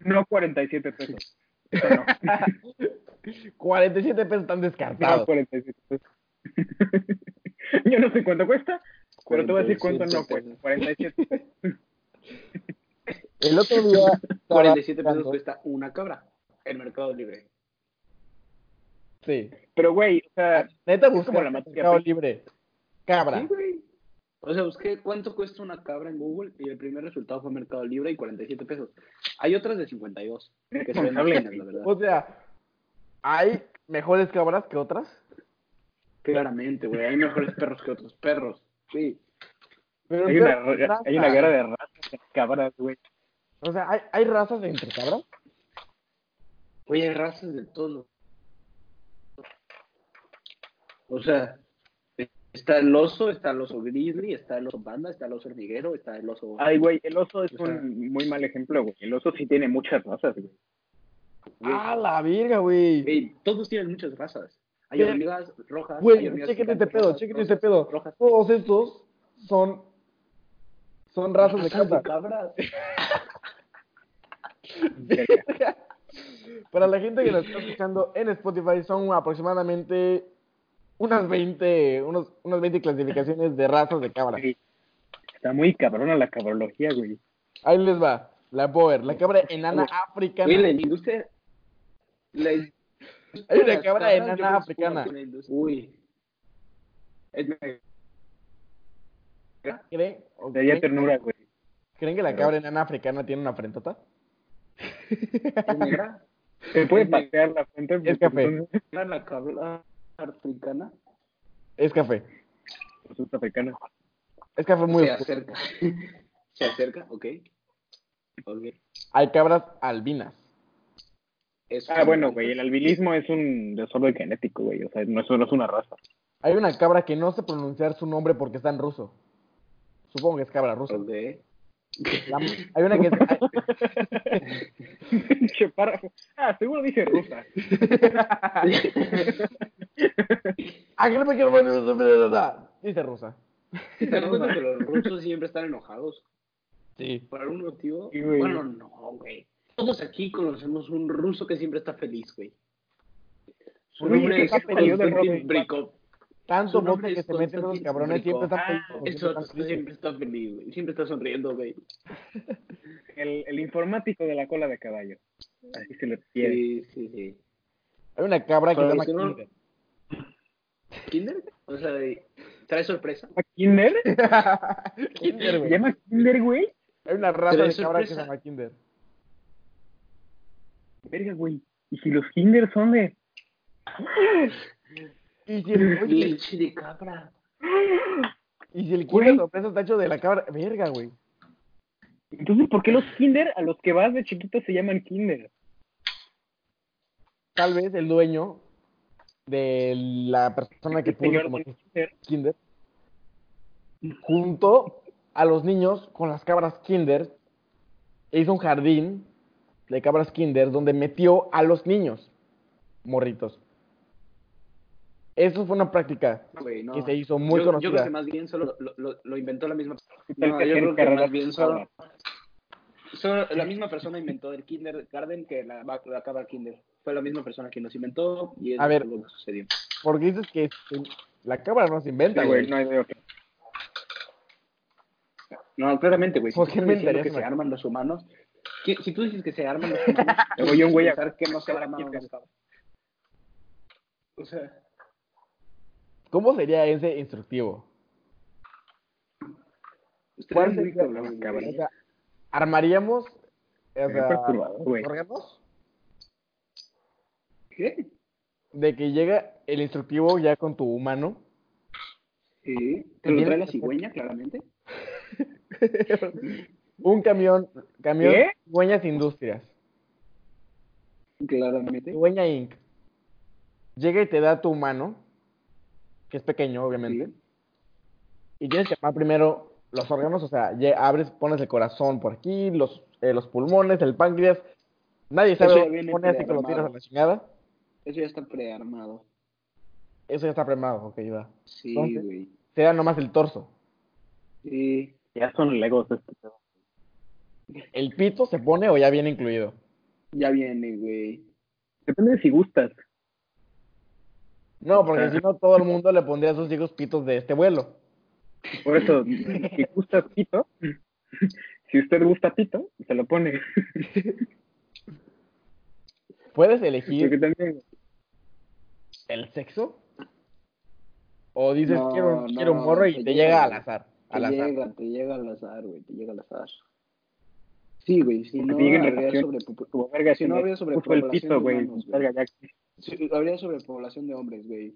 No 47 pesos. Eso no. 47 pesos están No, pues. descartados. 47 pesos. *laughs* Yo no sé cuánto cuesta, pero te voy a decir cuánto no 47 cuesta. 47. El otro día. *laughs* estaba 47 pesos buscando- cuesta una cabra. El mercado libre. Sí. Pero, güey, o sea, Neta, como busca la en materia Mercado prima. Libre. Cabra. Sí, güey. O sea, busqué cuánto cuesta una cabra en Google y el primer resultado fue Mercado Libre y 47 pesos. Hay otras de 52. Que *laughs* son Responsable. buenas, la verdad. O sea, hay mejores cabras que otras, Claramente, güey. Hay mejores perros que otros perros. Sí. pero hay pero una, ra- razas. hay una guerra de razas de cabras, güey. O sea, hay, hay razas entre cabras. Oye, hay razas de todo. O sea, está el oso, está el oso grizzly, está el oso panda, está el oso hormiguero, está el oso... Ay, güey, el oso es O sea- un muy mal ejemplo, güey. El oso sí tiene muchas razas, *laughs* güey. Ah, la virga, güey. Güey, todos tienen muchas razas. Hay Pero- hormigas rojas. hay Güey, hormigas chéquete este gigantes pedo, rojas, chéquete este pedo. rosas, rojas. Todos estos son son razas de cabra. cabras. Para la gente que nos está escuchando en Spotify son aproximadamente unas 20, unos, unas 20 clasificaciones de razas de cabra. Sí. Está muy cabrona la cabrología, güey. Ahí les va. La Boer, la cabra enana africana. Güey, la industria. La... Hay una cabra las cabras, enana yo conozco africana. una que la industria- Uy. Es me- ¿Creen, o Sería creen- ternura, güey. creen que la cabra enana africana tiene una frentota? es negra. *laughs* Se puede Es negra patear la frente. pues, café. entonces, la cabra africana. Es café. pues, es africana. Es café muy Se oscuro. acerca. *laughs* Se acerca, ok. Ok. Hay cabras albinas. Es Ah, como- bueno, güey, el albinismo es un desorden genético, güey. O sea, no es solo es una raza. Hay una cabra que no sé pronunciar su nombre porque está en ruso. Supongo que es cabra rusa. Ok. La- hay una que es, hay- Pinche párrafo. Ah, seguro dice rusa. *laughs* Ah, *laughs* Ángel, que bueno, dice rusa. ¿Te das cuenta que los rusos siempre están enojados? Sí. por algún motivo. Sí, güey. Bueno, no, güey. Todos aquí conocemos un ruso que siempre está feliz, güey. Su Güey, nombre ¿qué es está feliz del Konstantin Robin? Brikov. Tanto Su nombre bote que es Ah, se meten los Konstantin cabrones siempre están Brikov. felices, Ese vato están está- siempre está feliz, güey. Siempre está sonriendo, güey. El, el informático de la cola de caballo. Así se le pide. Sí, sí, sí. Hay una cabra eh. que se Pero llama si no- Kinder. ¿Kinder? O sea, de- trae sorpresa. ¿Llama Kinder? Kinder, *laughs* ¿Se güey. llama Kinder, güey? Hay una raza Pero de es cabra que se sorpresa. llama Kinder. Verga, güey. ¿Y si los Kinder son de...? Y si el, oye, Leche de cabra. y si el Güey. Kinder sorpresa está hecho de la cabra. Verga, güey. Entonces, ¿por qué los Kinder a los que vas de chiquito se llaman Kinder? Tal vez el dueño de la persona que El puso Este señor como Don Kinder. Kinder junto a los niños con las cabras Kinder hizo un jardín de cabras kinder donde metió a los niños morritos. Eso fue una práctica güey, no. que se hizo muy yo, conocida. Yo creo que más bien solo lo, lo- lo inventó la misma persona. El No, que yo tiene creo que carrera más bien solo, ahora. solo la misma persona inventó el kindergarten que la, la cabra kinder. Fue la misma persona quien los inventó y es A ver. lo que sucedió. Porque dices que se- la cámara no se inventa, Sí, güey. güey, no hay de otra. No, claramente, güey. Si ¿Por tú qué estás me diciendo interesa que se una- arman los humanos, que- si tú dices que *laughs* se arman los humanos, Te voy a un güey a- pensar que no se arman los humanos. O sea, ¿Cómo sería ese instructivo? ustedes ¿Cuál han sería? visto la- cabrón. o sea, ¿Armaríamos o sea, perturbador, güey. órganos? ¿Qué? De que llega el instructivo ya con tu humano. Sí. ¿Te lo trae la cigüeña, claramente? un camión, camión ¿Qué? Cigüeñas Industrias, Claramente. Cigüeña Inc. Llega y te da tu humano, que es pequeño, obviamente. Sí. Y tienes que armar primero los órganos, o sea, ya abres, pones el corazón por aquí, los, eh, los pulmones, el páncreas. Nadie sabe Eso ya dónde viene pone así que lo prearmado. tiras a la chingada. Eso ya está prearmado. Eso ya está premado, ok, va. Sí, Entonces. güey. Te da nomás el torso. Sí. Ya son legos. este pedo. ¿El pito se pone o ya viene incluido? Ya viene, güey. Depende de si gustas. No, porque si no, todo el mundo le pondría a sus hijos pitos de este vuelo. Por *laughs* eso, si gustas pito, si usted gusta pito, se lo pone. ¿Puedes Porque elegir también, el sexo? ¿O dices, No, quiero, un- no, quiero un morro y te te llega, llega al güey. azar? Te Al azar. llega, te llega al azar, güey. Te llega al azar. Sí, güey. Si Porque no, te llega en habría relación. sobrepopu- como verga, Si si no me habría puso el sobrepoblación pito, de güey, humanos, güey. verga, ya. Sí, habría sobrepoblación de *laughs* hombres, güey.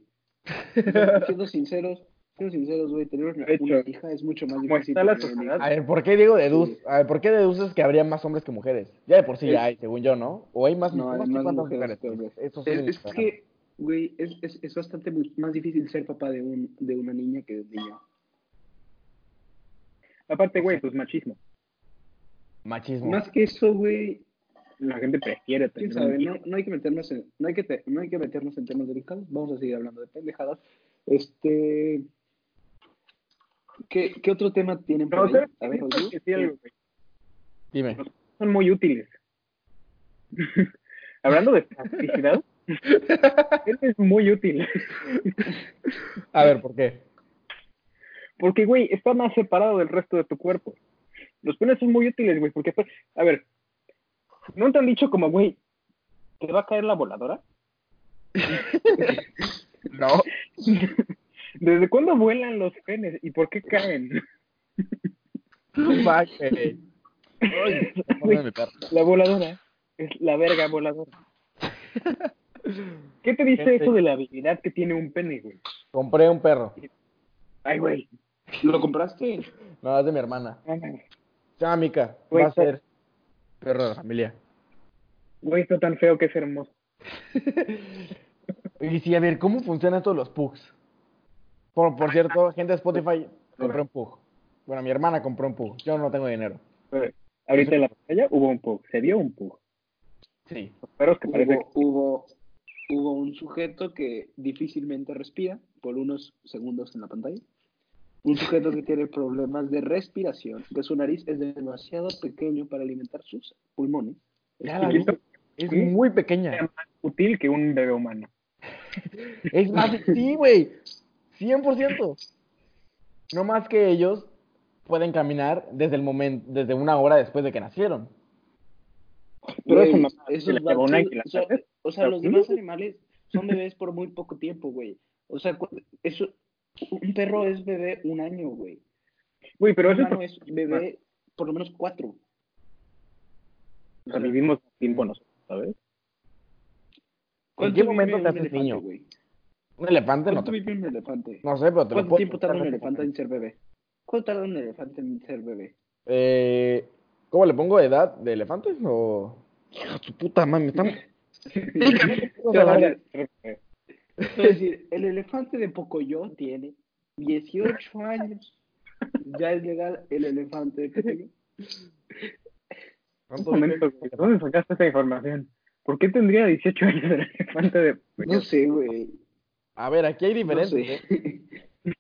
Siendo siendo sinceros, siendo sinceros, güey, tener una, De hecho, una hija es mucho más como difícil. está la que tener un sociedad, A ver, ¿por qué digo deduz? Sí. A ver, ¿por qué deduces que habría más hombres que mujeres? Ya de por sí Es- ya hay, según yo, ¿no? ¿O hay más, No, hay más que más cuántas mujeres que mujeres? Eso sí Es, es me- que, güey, es, es, es bastante mu- más difícil ser papá de, un, de una niña que de un niño. Aparte, güey, pues machismo. Machismo. Más que eso, güey, La gente prefiere quién tener sabe, un no, no hay que meternos en, no hay que, te- no hay que meternos en temas delicados, vamos a seguir hablando de pendejadas. Este, ¿qué, qué otro tema tienen No, por ahí? ¿sabes? A ver, Siento Oyu, que sí, algo, güey. Dime. Son muy útiles. *laughs* Hablando de *laughs* practicidad, él es muy útil. *laughs* A ver, ¿por qué? Porque, güey, está más separado del resto de tu cuerpo. Los penes son muy útiles, güey, porque, pues, a ver, ¿no te han dicho como, güey, te va a caer la voladora? No. ¿Desde cuándo vuelan los penes y por qué caen? *laughs* Fuck, güey. Ay, ponme mi perro. La voladora es la verga *laughs* voladora. ¿Qué te dice Gente- eso de la habilidad que tiene un pene, güey? Compré un perro. Ay, güey. ¿Lo compraste? No, es de mi hermana. no mames. Ya, Mica, Güey, va a está- ser perro de la familia. Güey, está tan feo que es hermoso. Y sí, a ver, ¿cómo funcionan todos los pugs? Por, por cierto, gente de Spotify, compré un pug. Bueno, mi hermana compró un pug. Yo no tengo dinero. Güey, Ahorita en la pantalla hubo un pug, se vio un pug. Sí. Pero que parece hubo, hubo, hubo un sujeto que difícilmente respira por unos segundos en la pantalla. Un sujeto que tiene problemas de respiración, que su nariz es demasiado pequeño para alimentar sus pulmones. Ah, Ya la que vi. esto Es ¿Sí? muy sea pequeña. más útil que un bebé humano. Es más, sí, güey. 100%. No más que ellos pueden caminar desde el momento, desde una hora después de que nacieron. Pero Güey, eso no esos se la lleva vatos una águila, son- ¿sabes? o sea, los ¿Sí? demás animales *laughs* son bebés por muy poco tiempo, güey. O sea, cu- eso, un perro es bebé un año, güey. Güey, pero Un eso es humano porque es bebé por lo menos cuatro. o sea, vivimos más tiempo nosotros, ¿sabes? ¿En ¿Cuánto qué vive momento te un haces elefante, niño? güey? Un elefante no ¿Cuánto te... vive un elefante? No sé, pero te lo ¿Cuánto puedo... tiempo tarda un elefante en ser bebé? ¿Cuánto tarda un elefante en *laughs* ser bebé? Eh, ¿Cómo le pongo edad de elefante? O... Hijo de tu puta mami, *laughs* estamos... O sea, vale, creo que- Es decir, el elefante de Pocoyo tiene *laughs* 18 años. Ya es legal el elefante de Pocoyo. Un momento, güey, ¿dónde sacaste esa información? ¿Por qué tendría 18 años el elefante de... No sé, güey. A ver, aquí hay diferentes. No sé. *laughs* ¿eh?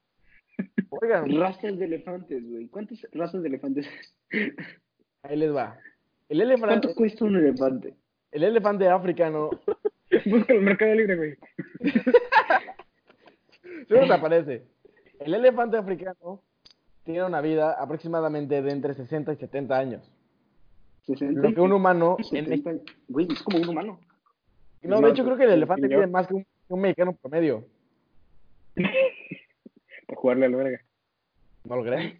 Oigan, Razas de elefantes, güey. ¿Cuántas razas de elefantes? ahí les va. El ¿Cuánto elefante, cuesta un elefante? el elefante africano Busca el mercado libre, güey. Seguro te aparece. El elefante africano tiene una vida aproximadamente de entre 60 y 70 años. 60. Lo que un humano en este 70. Güey, es como un humano. No, de hecho creo que el elefante señor. tiene más que un, que un mexicano promedio. Para jugarle a la verga. ¿No lo *laughs* crees?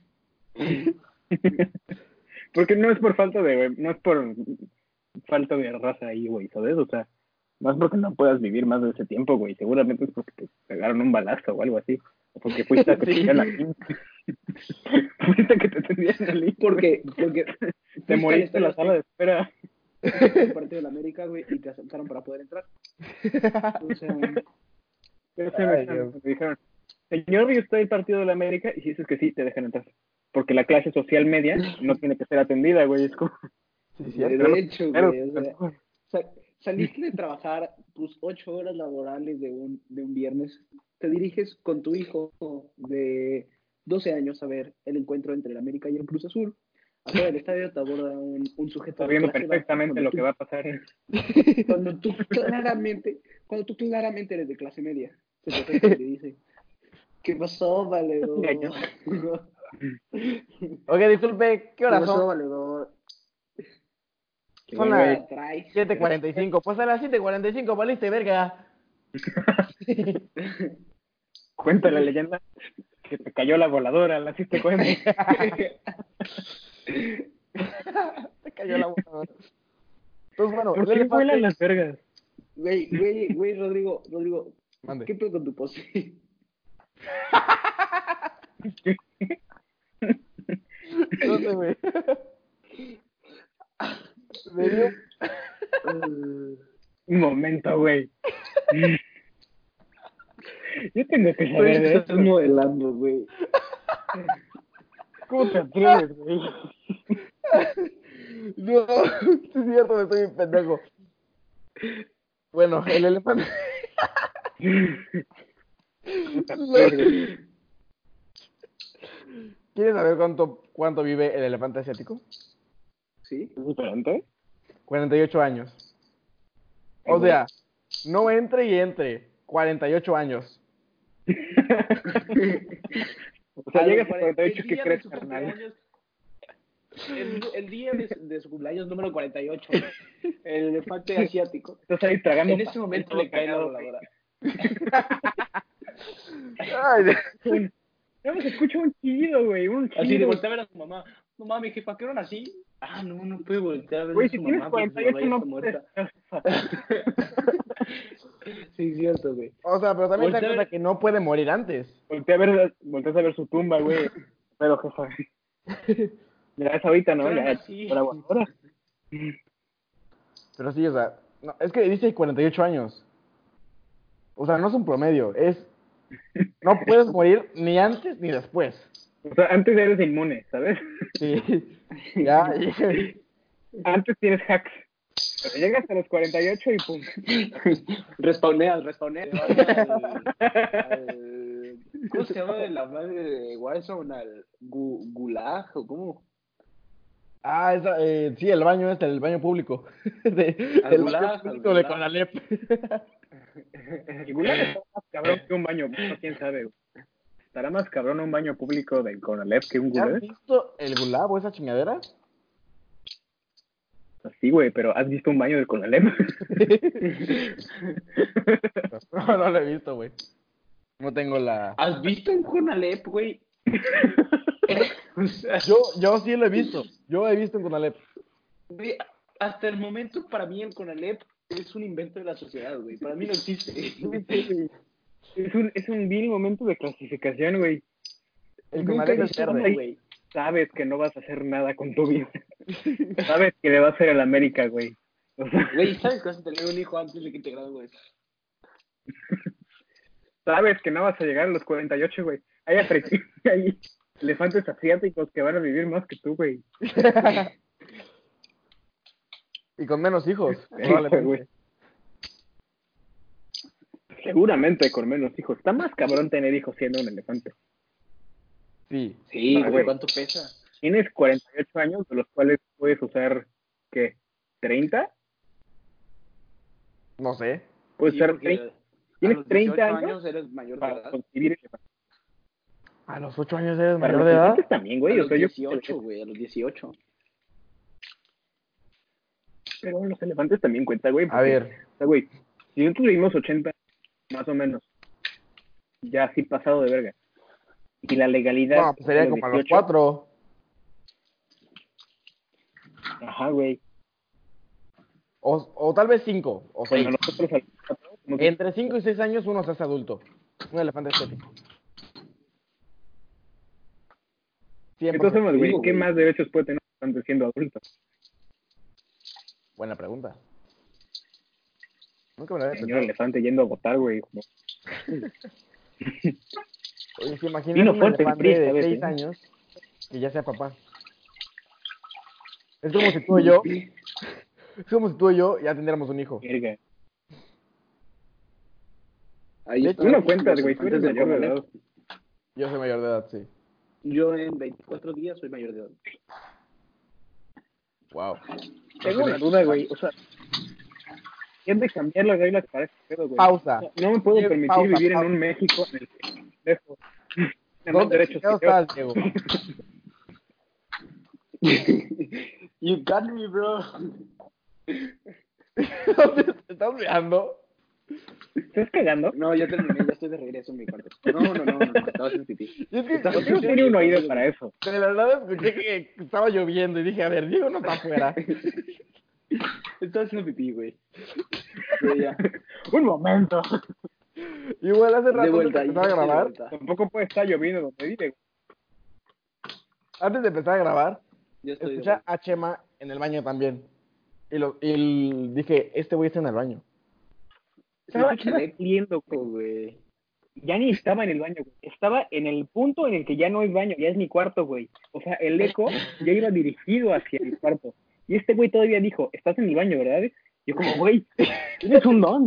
Porque no es por falta de, no es por falta de raza ahí, güey, ¿sabes? O sea, no es porque no puedas vivir más de ese tiempo, güey. Seguramente es porque te pegaron un balazo o algo así. O porque fuiste *laughs* a que te dieran la *laughs* Fuiste a que te tendieran la lista. Porque, porque *laughs* Te moriste en la sala de espera. de partido de la América, güey, y te asaltaron para poder entrar. O sea, Yo sí Ay, me me dijeron, señor, ¿y usted el partido de la América? Y si dices que sí, te dejan entrar. Porque la clase social media no tiene que ser atendida, güey. Es como, Sí, de hecho, claro, *laughs* güey, o sea, sa- saliste de trabajar tus ocho horas laborales de un, de un viernes, te diriges con tu hijo de 12 años a ver el encuentro entre el América y el Cruz Azul. Afuera del estadio te aborda un, un sujeto. de sabiendo clase baja perfectamente cuando lo tú- que va a pasar. Cuando *laughs* tú claramente, cuando tú claramente eres de clase media, se te acerca y te dice, ¿qué pasó, valedor? Ya, *laughs* ya. ¿Qué Oye, disculpe, ¿qué hora pasó, son? valedor? ¿Qué Son hueva las traes? 7.45. Pues a las 7.45 valiste, verga. Cuenta la leyenda que te cayó la voladora, la hiciste cuenta. *laughs* Te cayó *laughs* la boca. Entonces, bueno, ¿Por el qué vuelan elefante... las vergas? *laughs* Güey, güey, güey, Rodrigo, Rodrigo, Mande. ¿qué pedo con tu pose? *laughs* No sé, güey. Me dio- Un momento, güey. Yo tengo que saber de Estás esto. modelando, güey. ¿Cómo te atreves, güey? No, *laughs* sí es cierto, me estoy bien pendejo. Bueno, el *laughs* elefante. ¿Quieres saber cuánto, cuánto vive el elefante asiático? ¿Sí? ¿Es *laughs* diferente? 48 años. O sea, no entre y entre. 48 años. O sea, los llegas a 48 48, El ¿qué día de crees, su carnal? cumpleaños- El, el día de, su- de su cumpleaños *laughs* número 48, güey, el elefante asiático. Estás ahí tragando. En ese momento le cae la voladora. Ay, de- No, se escucha un chillido, güey. Un chillido. Así de voltear a ver a su mamá. No mames, jefa, ¿qué hora así? Ah, no, no puede voltear a ver Güey, a su si tienes mamá. porque su 48, mamá ya no está puedes. muerta. *laughs* Sí, es cierto, güey. o sea, pero también te das Voltea- cuenta que no puede morir *laughs* antes. Voltea a ver, volteas a ver su tumba, *laughs* güey. Pero, jefa. Ya es ahorita, ¿no? Pero Ya no, sí. por aguadora. Pero sí, o sea, no, es que dice 48 años. O sea, no es un promedio, es... No puedes morir ni antes ni después. O sea, antes eres inmune, ¿sabes? Sí. *laughs* Ya, *laughs* y- Antes tienes hacks. Pero llegas a los 48 y pum. *laughs* Respawneas, respawneas. Eh, ¿Cómo se llama de la madre de Warzone? ¿Al gu- gulag o cómo? Ah, esa, eh, sí, el baño este, el baño público. *laughs* De, Al el gulag, baño al público de gulag. *laughs* Conalep. El gulag está más cabrón que un baño, pues, no, quién sabe. güey. Estará más cabrón un baño público del Conalep que Ah, un ¿Has gulag. visto el gulag o esa chingadera? *laughs* Sí, güey, pero ¿has visto un baño del *laughs* Conalep? *laughs* No, no lo he visto, güey. No tengo la... ¿Has visto un Conalep, güey? O sea, Yo, yo sí lo he visto. Yo he visto en Conalep. güey, hasta el momento, para mí, el Conalep es un invento de la sociedad, güey. Para mí no existe. *laughs* es, un, es un vil momento de clasificación, güey. El Nunca Conalep he es visto uno, verde. güey. Sabes que no vas a hacer nada con tu vida. *laughs* Sabes que le va a hacer el América, güey. O sea, Güey, ¿sabes que vas a tener un hijo antes de que te gradúes? sabes que no vas a llegar a los 48, güey. Hay, afri- hay elefantes asiáticos que van a vivir más que tú, güey. Y con menos hijos. güey. Seguramente con menos hijos. Está más cabrón tener hijos siendo un elefante. Sí. Sí, Ah, güey, güey. ¿cuánto pesa? Tienes 48 años, de los cuales puedes usar, ¿qué? ¿30? No sé. Puedes Sí, usar porque 30 a Pues ¿Tienes los 30 18 años? Ah, eres mayor de para edad. conseguir elefantes. A los ocho años eres Para mayor los de edad. elefantes también, A güey. O los sea, yo- 18, güey, a los 18. Pero los elefantes también cuenta, güey. A porque- ver, O sea, güey, si nosotros vivimos 80, más o menos, ya así pasado de verga. Y la legalidad. no, pues sería de como a los 18, cuatro. Ajá, güey. O, o tal vez cinco. O seis. Cuando nosotros a los cuatro, como que- Entre cinco y seis años uno se hace adulto. Un elefante estético. Siempre. Entonces, güey, digo, ¿qué güey. más derechos puede tener antes siendo adulto? Buena pregunta. Nunca me lo había Señor pensado. elefante yendo a votar, güey. como- Oye, si imaginas Vino un fuerte el elefante PRI esta de vez, seis ¿eh? años que ya sea papá. Es como si tú y yo, es como si tú y yo ya tendríamos un hijo. Verga. Ahí De está. Tú no cuentas, Los güey. Tú infantes eres de mayor de Comelec. edad. Yo soy mayor de edad, sí. Yo en 24 días soy mayor de edad. Wow. Tengo una duda, güey. O sea, ¿quién de cambiar las reglas para este pedo, güey? *laughs* Pausa. *laughs* O sea, No me puedo Pausa, permitir pausa, vivir pausa. en un México en el que *laughs* dejo. Tengo ¿Dónde derechos. chingados creo. estás, Diego? you got me, bro. ¿Dónde te estás mirando? *laughs* ¿Estás cagando? No, ya terminé, *laughs* ya estoy de regreso en mi cuarto. No, no, no, no, no, estaba haciendo pipí. Y es que Estás- Yo Pues tiene un oído para eso. de la nada escuché que estaba lloviendo y dije, a ver, Diego no está *laughs* afuera. *laughs* Estaba haciendo pipí, güey. Güey, ya. Un momento. Igual hace rato De antes vuelta, de ahí, empezar a de grabar, vuelta. Tampoco puede estar lloviendo donde vive. güey. antes de empezar a grabar, Ya estoy de escuché vuelta. a Chema en el baño también. Y, lo, y el- dije, este güey está en el baño. Estaba Pinche leco, saliendo, güey. güey. Ya ni estaba en el baño, güey. Estaba en el punto en el que ya no es baño, ya es mi cuarto, güey. O sea, el eco ya iba dirigido hacia mi cuarto. Y este güey todavía dijo, estás en mi baño, ¿verdad? Yo como, güey, tienes un don.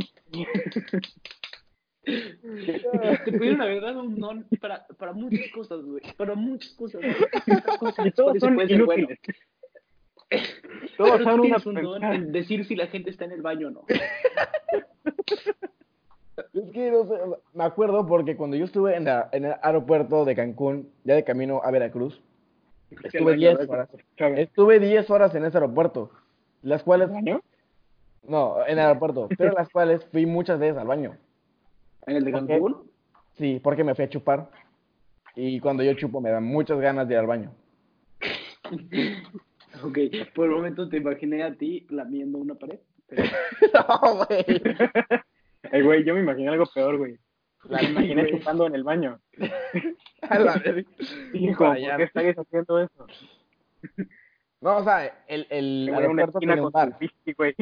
Te pudieron haber dado un don para, para muchas cosas, güey. Para muchas cosas. Muchas cosas. Y todos Porque se son puede ser bueno. inútiles. Todos son Pero tú una tienes un don pendejada. en decir si la gente está en el baño o no. Es que no sé, o sea, me acuerdo porque cuando yo estuve en, la- en el aeropuerto de Cancún, ya de camino a Veracruz, estuve 10 horas. Chava, Estuve 10 horas en ese aeropuerto, las cuales, ¿Baño? no, en el aeropuerto, pero las cuales fui muchas veces al baño. ¿En el de Ok. Cancún? Sí, porque me fui a chupar. Y cuando yo chupo me dan muchas ganas de ir al baño. Ok, por el momento te imaginé a ti lamiendo una pared. pero- *laughs* no, güey. Ay, güey, yo me imaginé algo peor, güey. La imaginé güey. chupando en el baño. *laughs* A la verga. Y como, Vaya. ¿por qué estáis haciendo eso? No, o sea, el, el Me voy a una aeropuerto esquina tiene un con bar. tu whisky, güey.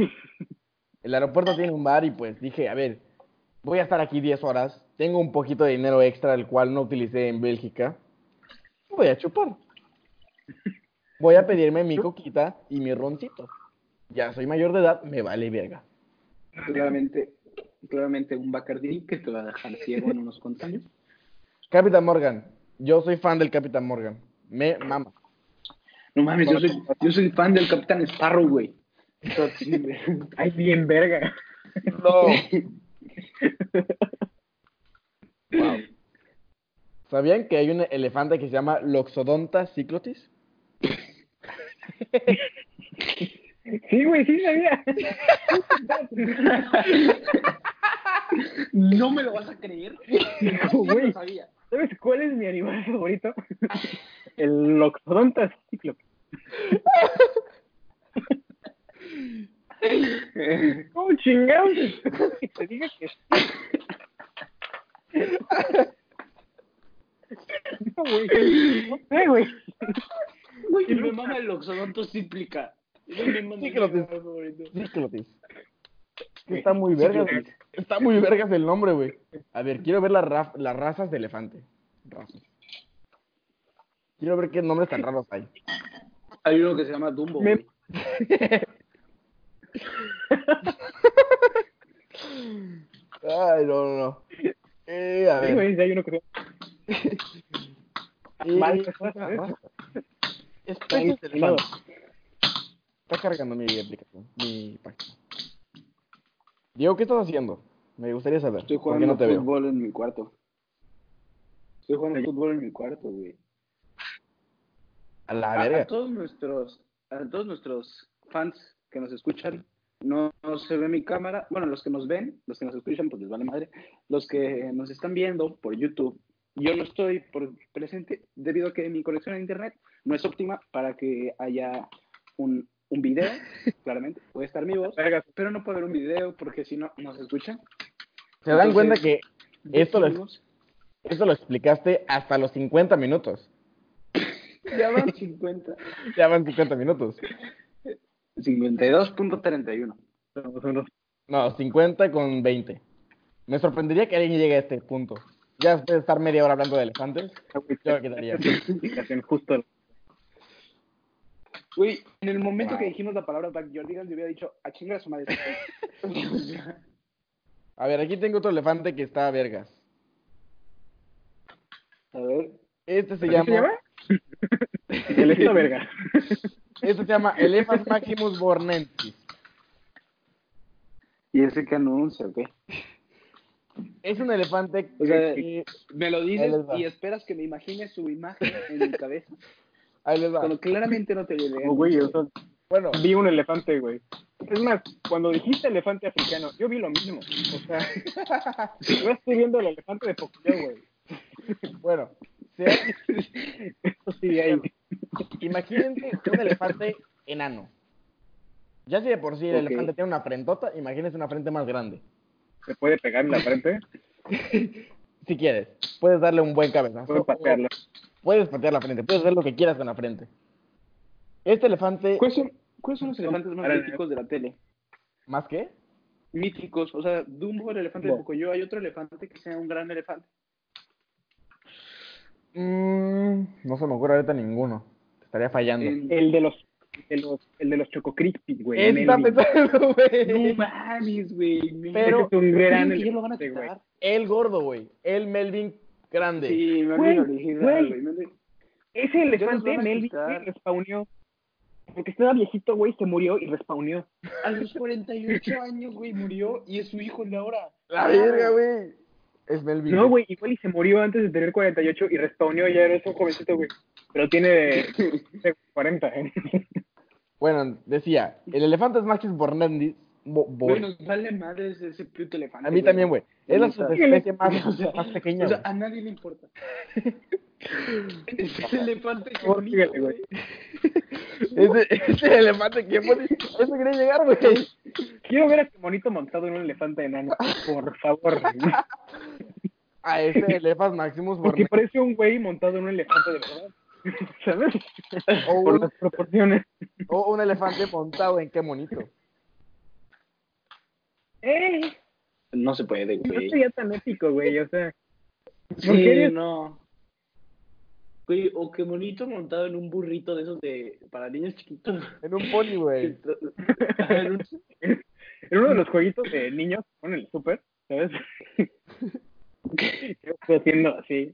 El aeropuerto tiene un bar y pues dije, a ver, voy a estar aquí 10 horas, tengo un poquito de dinero extra, el cual no utilicé en Bélgica, voy a chupar. Voy a pedirme mi coquita y mi roncito. Ya soy mayor de edad, me vale verga. Claramente, claramente un Bacardí que te va a dejar ciego en unos cuantos años. Capitán Morgan, yo soy fan del Capitán Morgan, me mama. No mames, yo soy, yo soy fan del Capitán Sparrow, güey. O sea, sí, güey. Ay, bien verga. *laughs* ¿Sabían que hay un elefante que se llama Loxodonta ciclotis? Sí, güey, sí *laughs* sabía. No me lo vas a creer. No, No güey. lo sabía. ¿Sabes cuál es mi animal favorito? El Loxodonta cíclope. ¿Cómo ¡Oh, chingados? Que *laughs* te diga que sí. *laughs* No, güey. No sé, güey. Güey, me mama el Oxodonto cíplica. Güey, me mama el Cíclope. animal favorito. Cíclotis. Que Está muy vergas. güey. Está muy vergas el nombre, güey. A ver, quiero ver las ra- las razas de elefante. Razas. Quiero ver qué nombres tan raros hay. Hay uno que se llama Dumbo, Me- güey. Ay, no, no, no. Eh, a Sí, ver. güey, sí hay uno que se Eh, Marcas, otra ¿eh? raza. Pues, Es Está pez discriminado. elefante. Está cargando mi aplicación, mi página. Diego, ¿qué estás haciendo? Me gustaría saber. Estoy porque jugando no te veo. fútbol en mi cuarto. Estoy jugando fútbol en mi cuarto, güey. A la A- Ah, A, verga. todos nuestros, a todos nuestros fans que nos escuchan, no, no se ve mi cámara. Bueno, los que nos ven, los que nos escuchan, pues les vale madre. Los que nos están viendo por YouTube, yo no estoy por presente debido a que mi conexión a internet no es óptima para que haya un, un *laughs* video, claramente. Puede estar mi voz, verga. pero no puede haber un video porque si no, nos escuchan. ¿Se dan Entonces, cuenta que Esto lo- decidimos- eso lo explicaste hasta los 50 minutos? Ya van 50. *laughs* Ya van 50 minutos. 52.31. Somos unos- No, 50 con 20. Me sorprendería que alguien llegue a este punto. Ya después de estar media hora hablando de elefantes, yo me quedaría. Hacen justo el- Güey, en el momento Wow. que dijimos la palabra Backyardigans, yo hubiera dicho, a chingar a su madre. *laughs* O sea, A ver, aquí tengo otro elefante que está a vergas. a ver, Este se ¿Así llama, se llama? El esta verga. Este se llama Elephas Maximus Bornensis. ¿y ese qué anuncia o qué? Es un elefante O sea, eh, que- Me lo Ahí dices les va. y esperas que me imagine su imagen en mi cabeza, Ahí les va. cuando claramente no te lo Como, güey, llegué. o sea, Bueno, vi un elefante, güey. Es más, cuando dijiste elefante africano, yo vi lo mismo. O sea, *laughs* yo estoy viendo el elefante de Pokémon, güey. bueno. se- Eso sí, hay. Imagínense un elefante enano. Ya si de por sí el Ok. elefante tiene una frentota, imagínense una frente más grande. ¿Se puede pegar en la frente? Si quieres, puedes darle un buen cabezazo. Puede o patearlo. Puedes patear la frente, puedes hacer lo que quieras con la frente. Este elefante, ¿Cuáles son, cuáles son los elefantes más Ahora, míticos de la tele? ¿más qué? Míticos, o sea, Dumbo, el elefante de Dumbo. Pocoyo, hay otro elefante que sea un gran elefante. Mm, no se me ocurre ahorita ninguno. Te estaría fallando. En- El de los, de los, el de los Choco Crispies, güey. Ese está Melvin. pensando, *laughs* No güey. mames, güey. no Pero- mames. Ese es un gran Oye, que ya lo van a elefante, güey. quitar. El gordo, güey. El Melvin grande. Sí, me Güey, olvidé original, güey. güey. me olvidé. Ese van elefante, a Melvin, quitar. güey, respawneó. Porque estaba viejito, güey, se murió y respawneó. A los 48 años, güey, murió y es su hijo en la hora. La verga, güey. Es Melvin. No, güey, igual y se murió antes de tener 48 y respawneó ya eres un jovencito, güey. Pero tiene de, de 40, ¿eh? Bueno, decía, el elefante es Maxis Bornandis. bo- bo- Güey, nos vale madre ese, ese puto elefante. a mí también, güey. Es la O sea, subespecie más, o sea, más pequeña. O sea, güey. a nadie le importa. *laughs* ese elefante que Por bonito, fíjate, güey. güey. Ese, ese elefante que pone. Eso quería llegar, güey. Quiero ver a este monito montado en un elefante enano, por favor. güey. A *laughs* ese elefas Maximus Porque Bornandis. parece un güey montado en un elefante de verdad. *laughs* ¿Sabes? O Por un, las proporciones. o un elefante montado en qué monito. ¡Eh! No se puede, No güey. sería tan épico, güey, o sea. Sí, ¿Por qué? no. Güey, o qué bonito montado en un burrito de esos de para niños chiquitos. En un pony, güey. En un- *laughs* En uno de los jueguitos de niños, con el súper, ¿sabes? *laughs* Yo estoy haciendo así.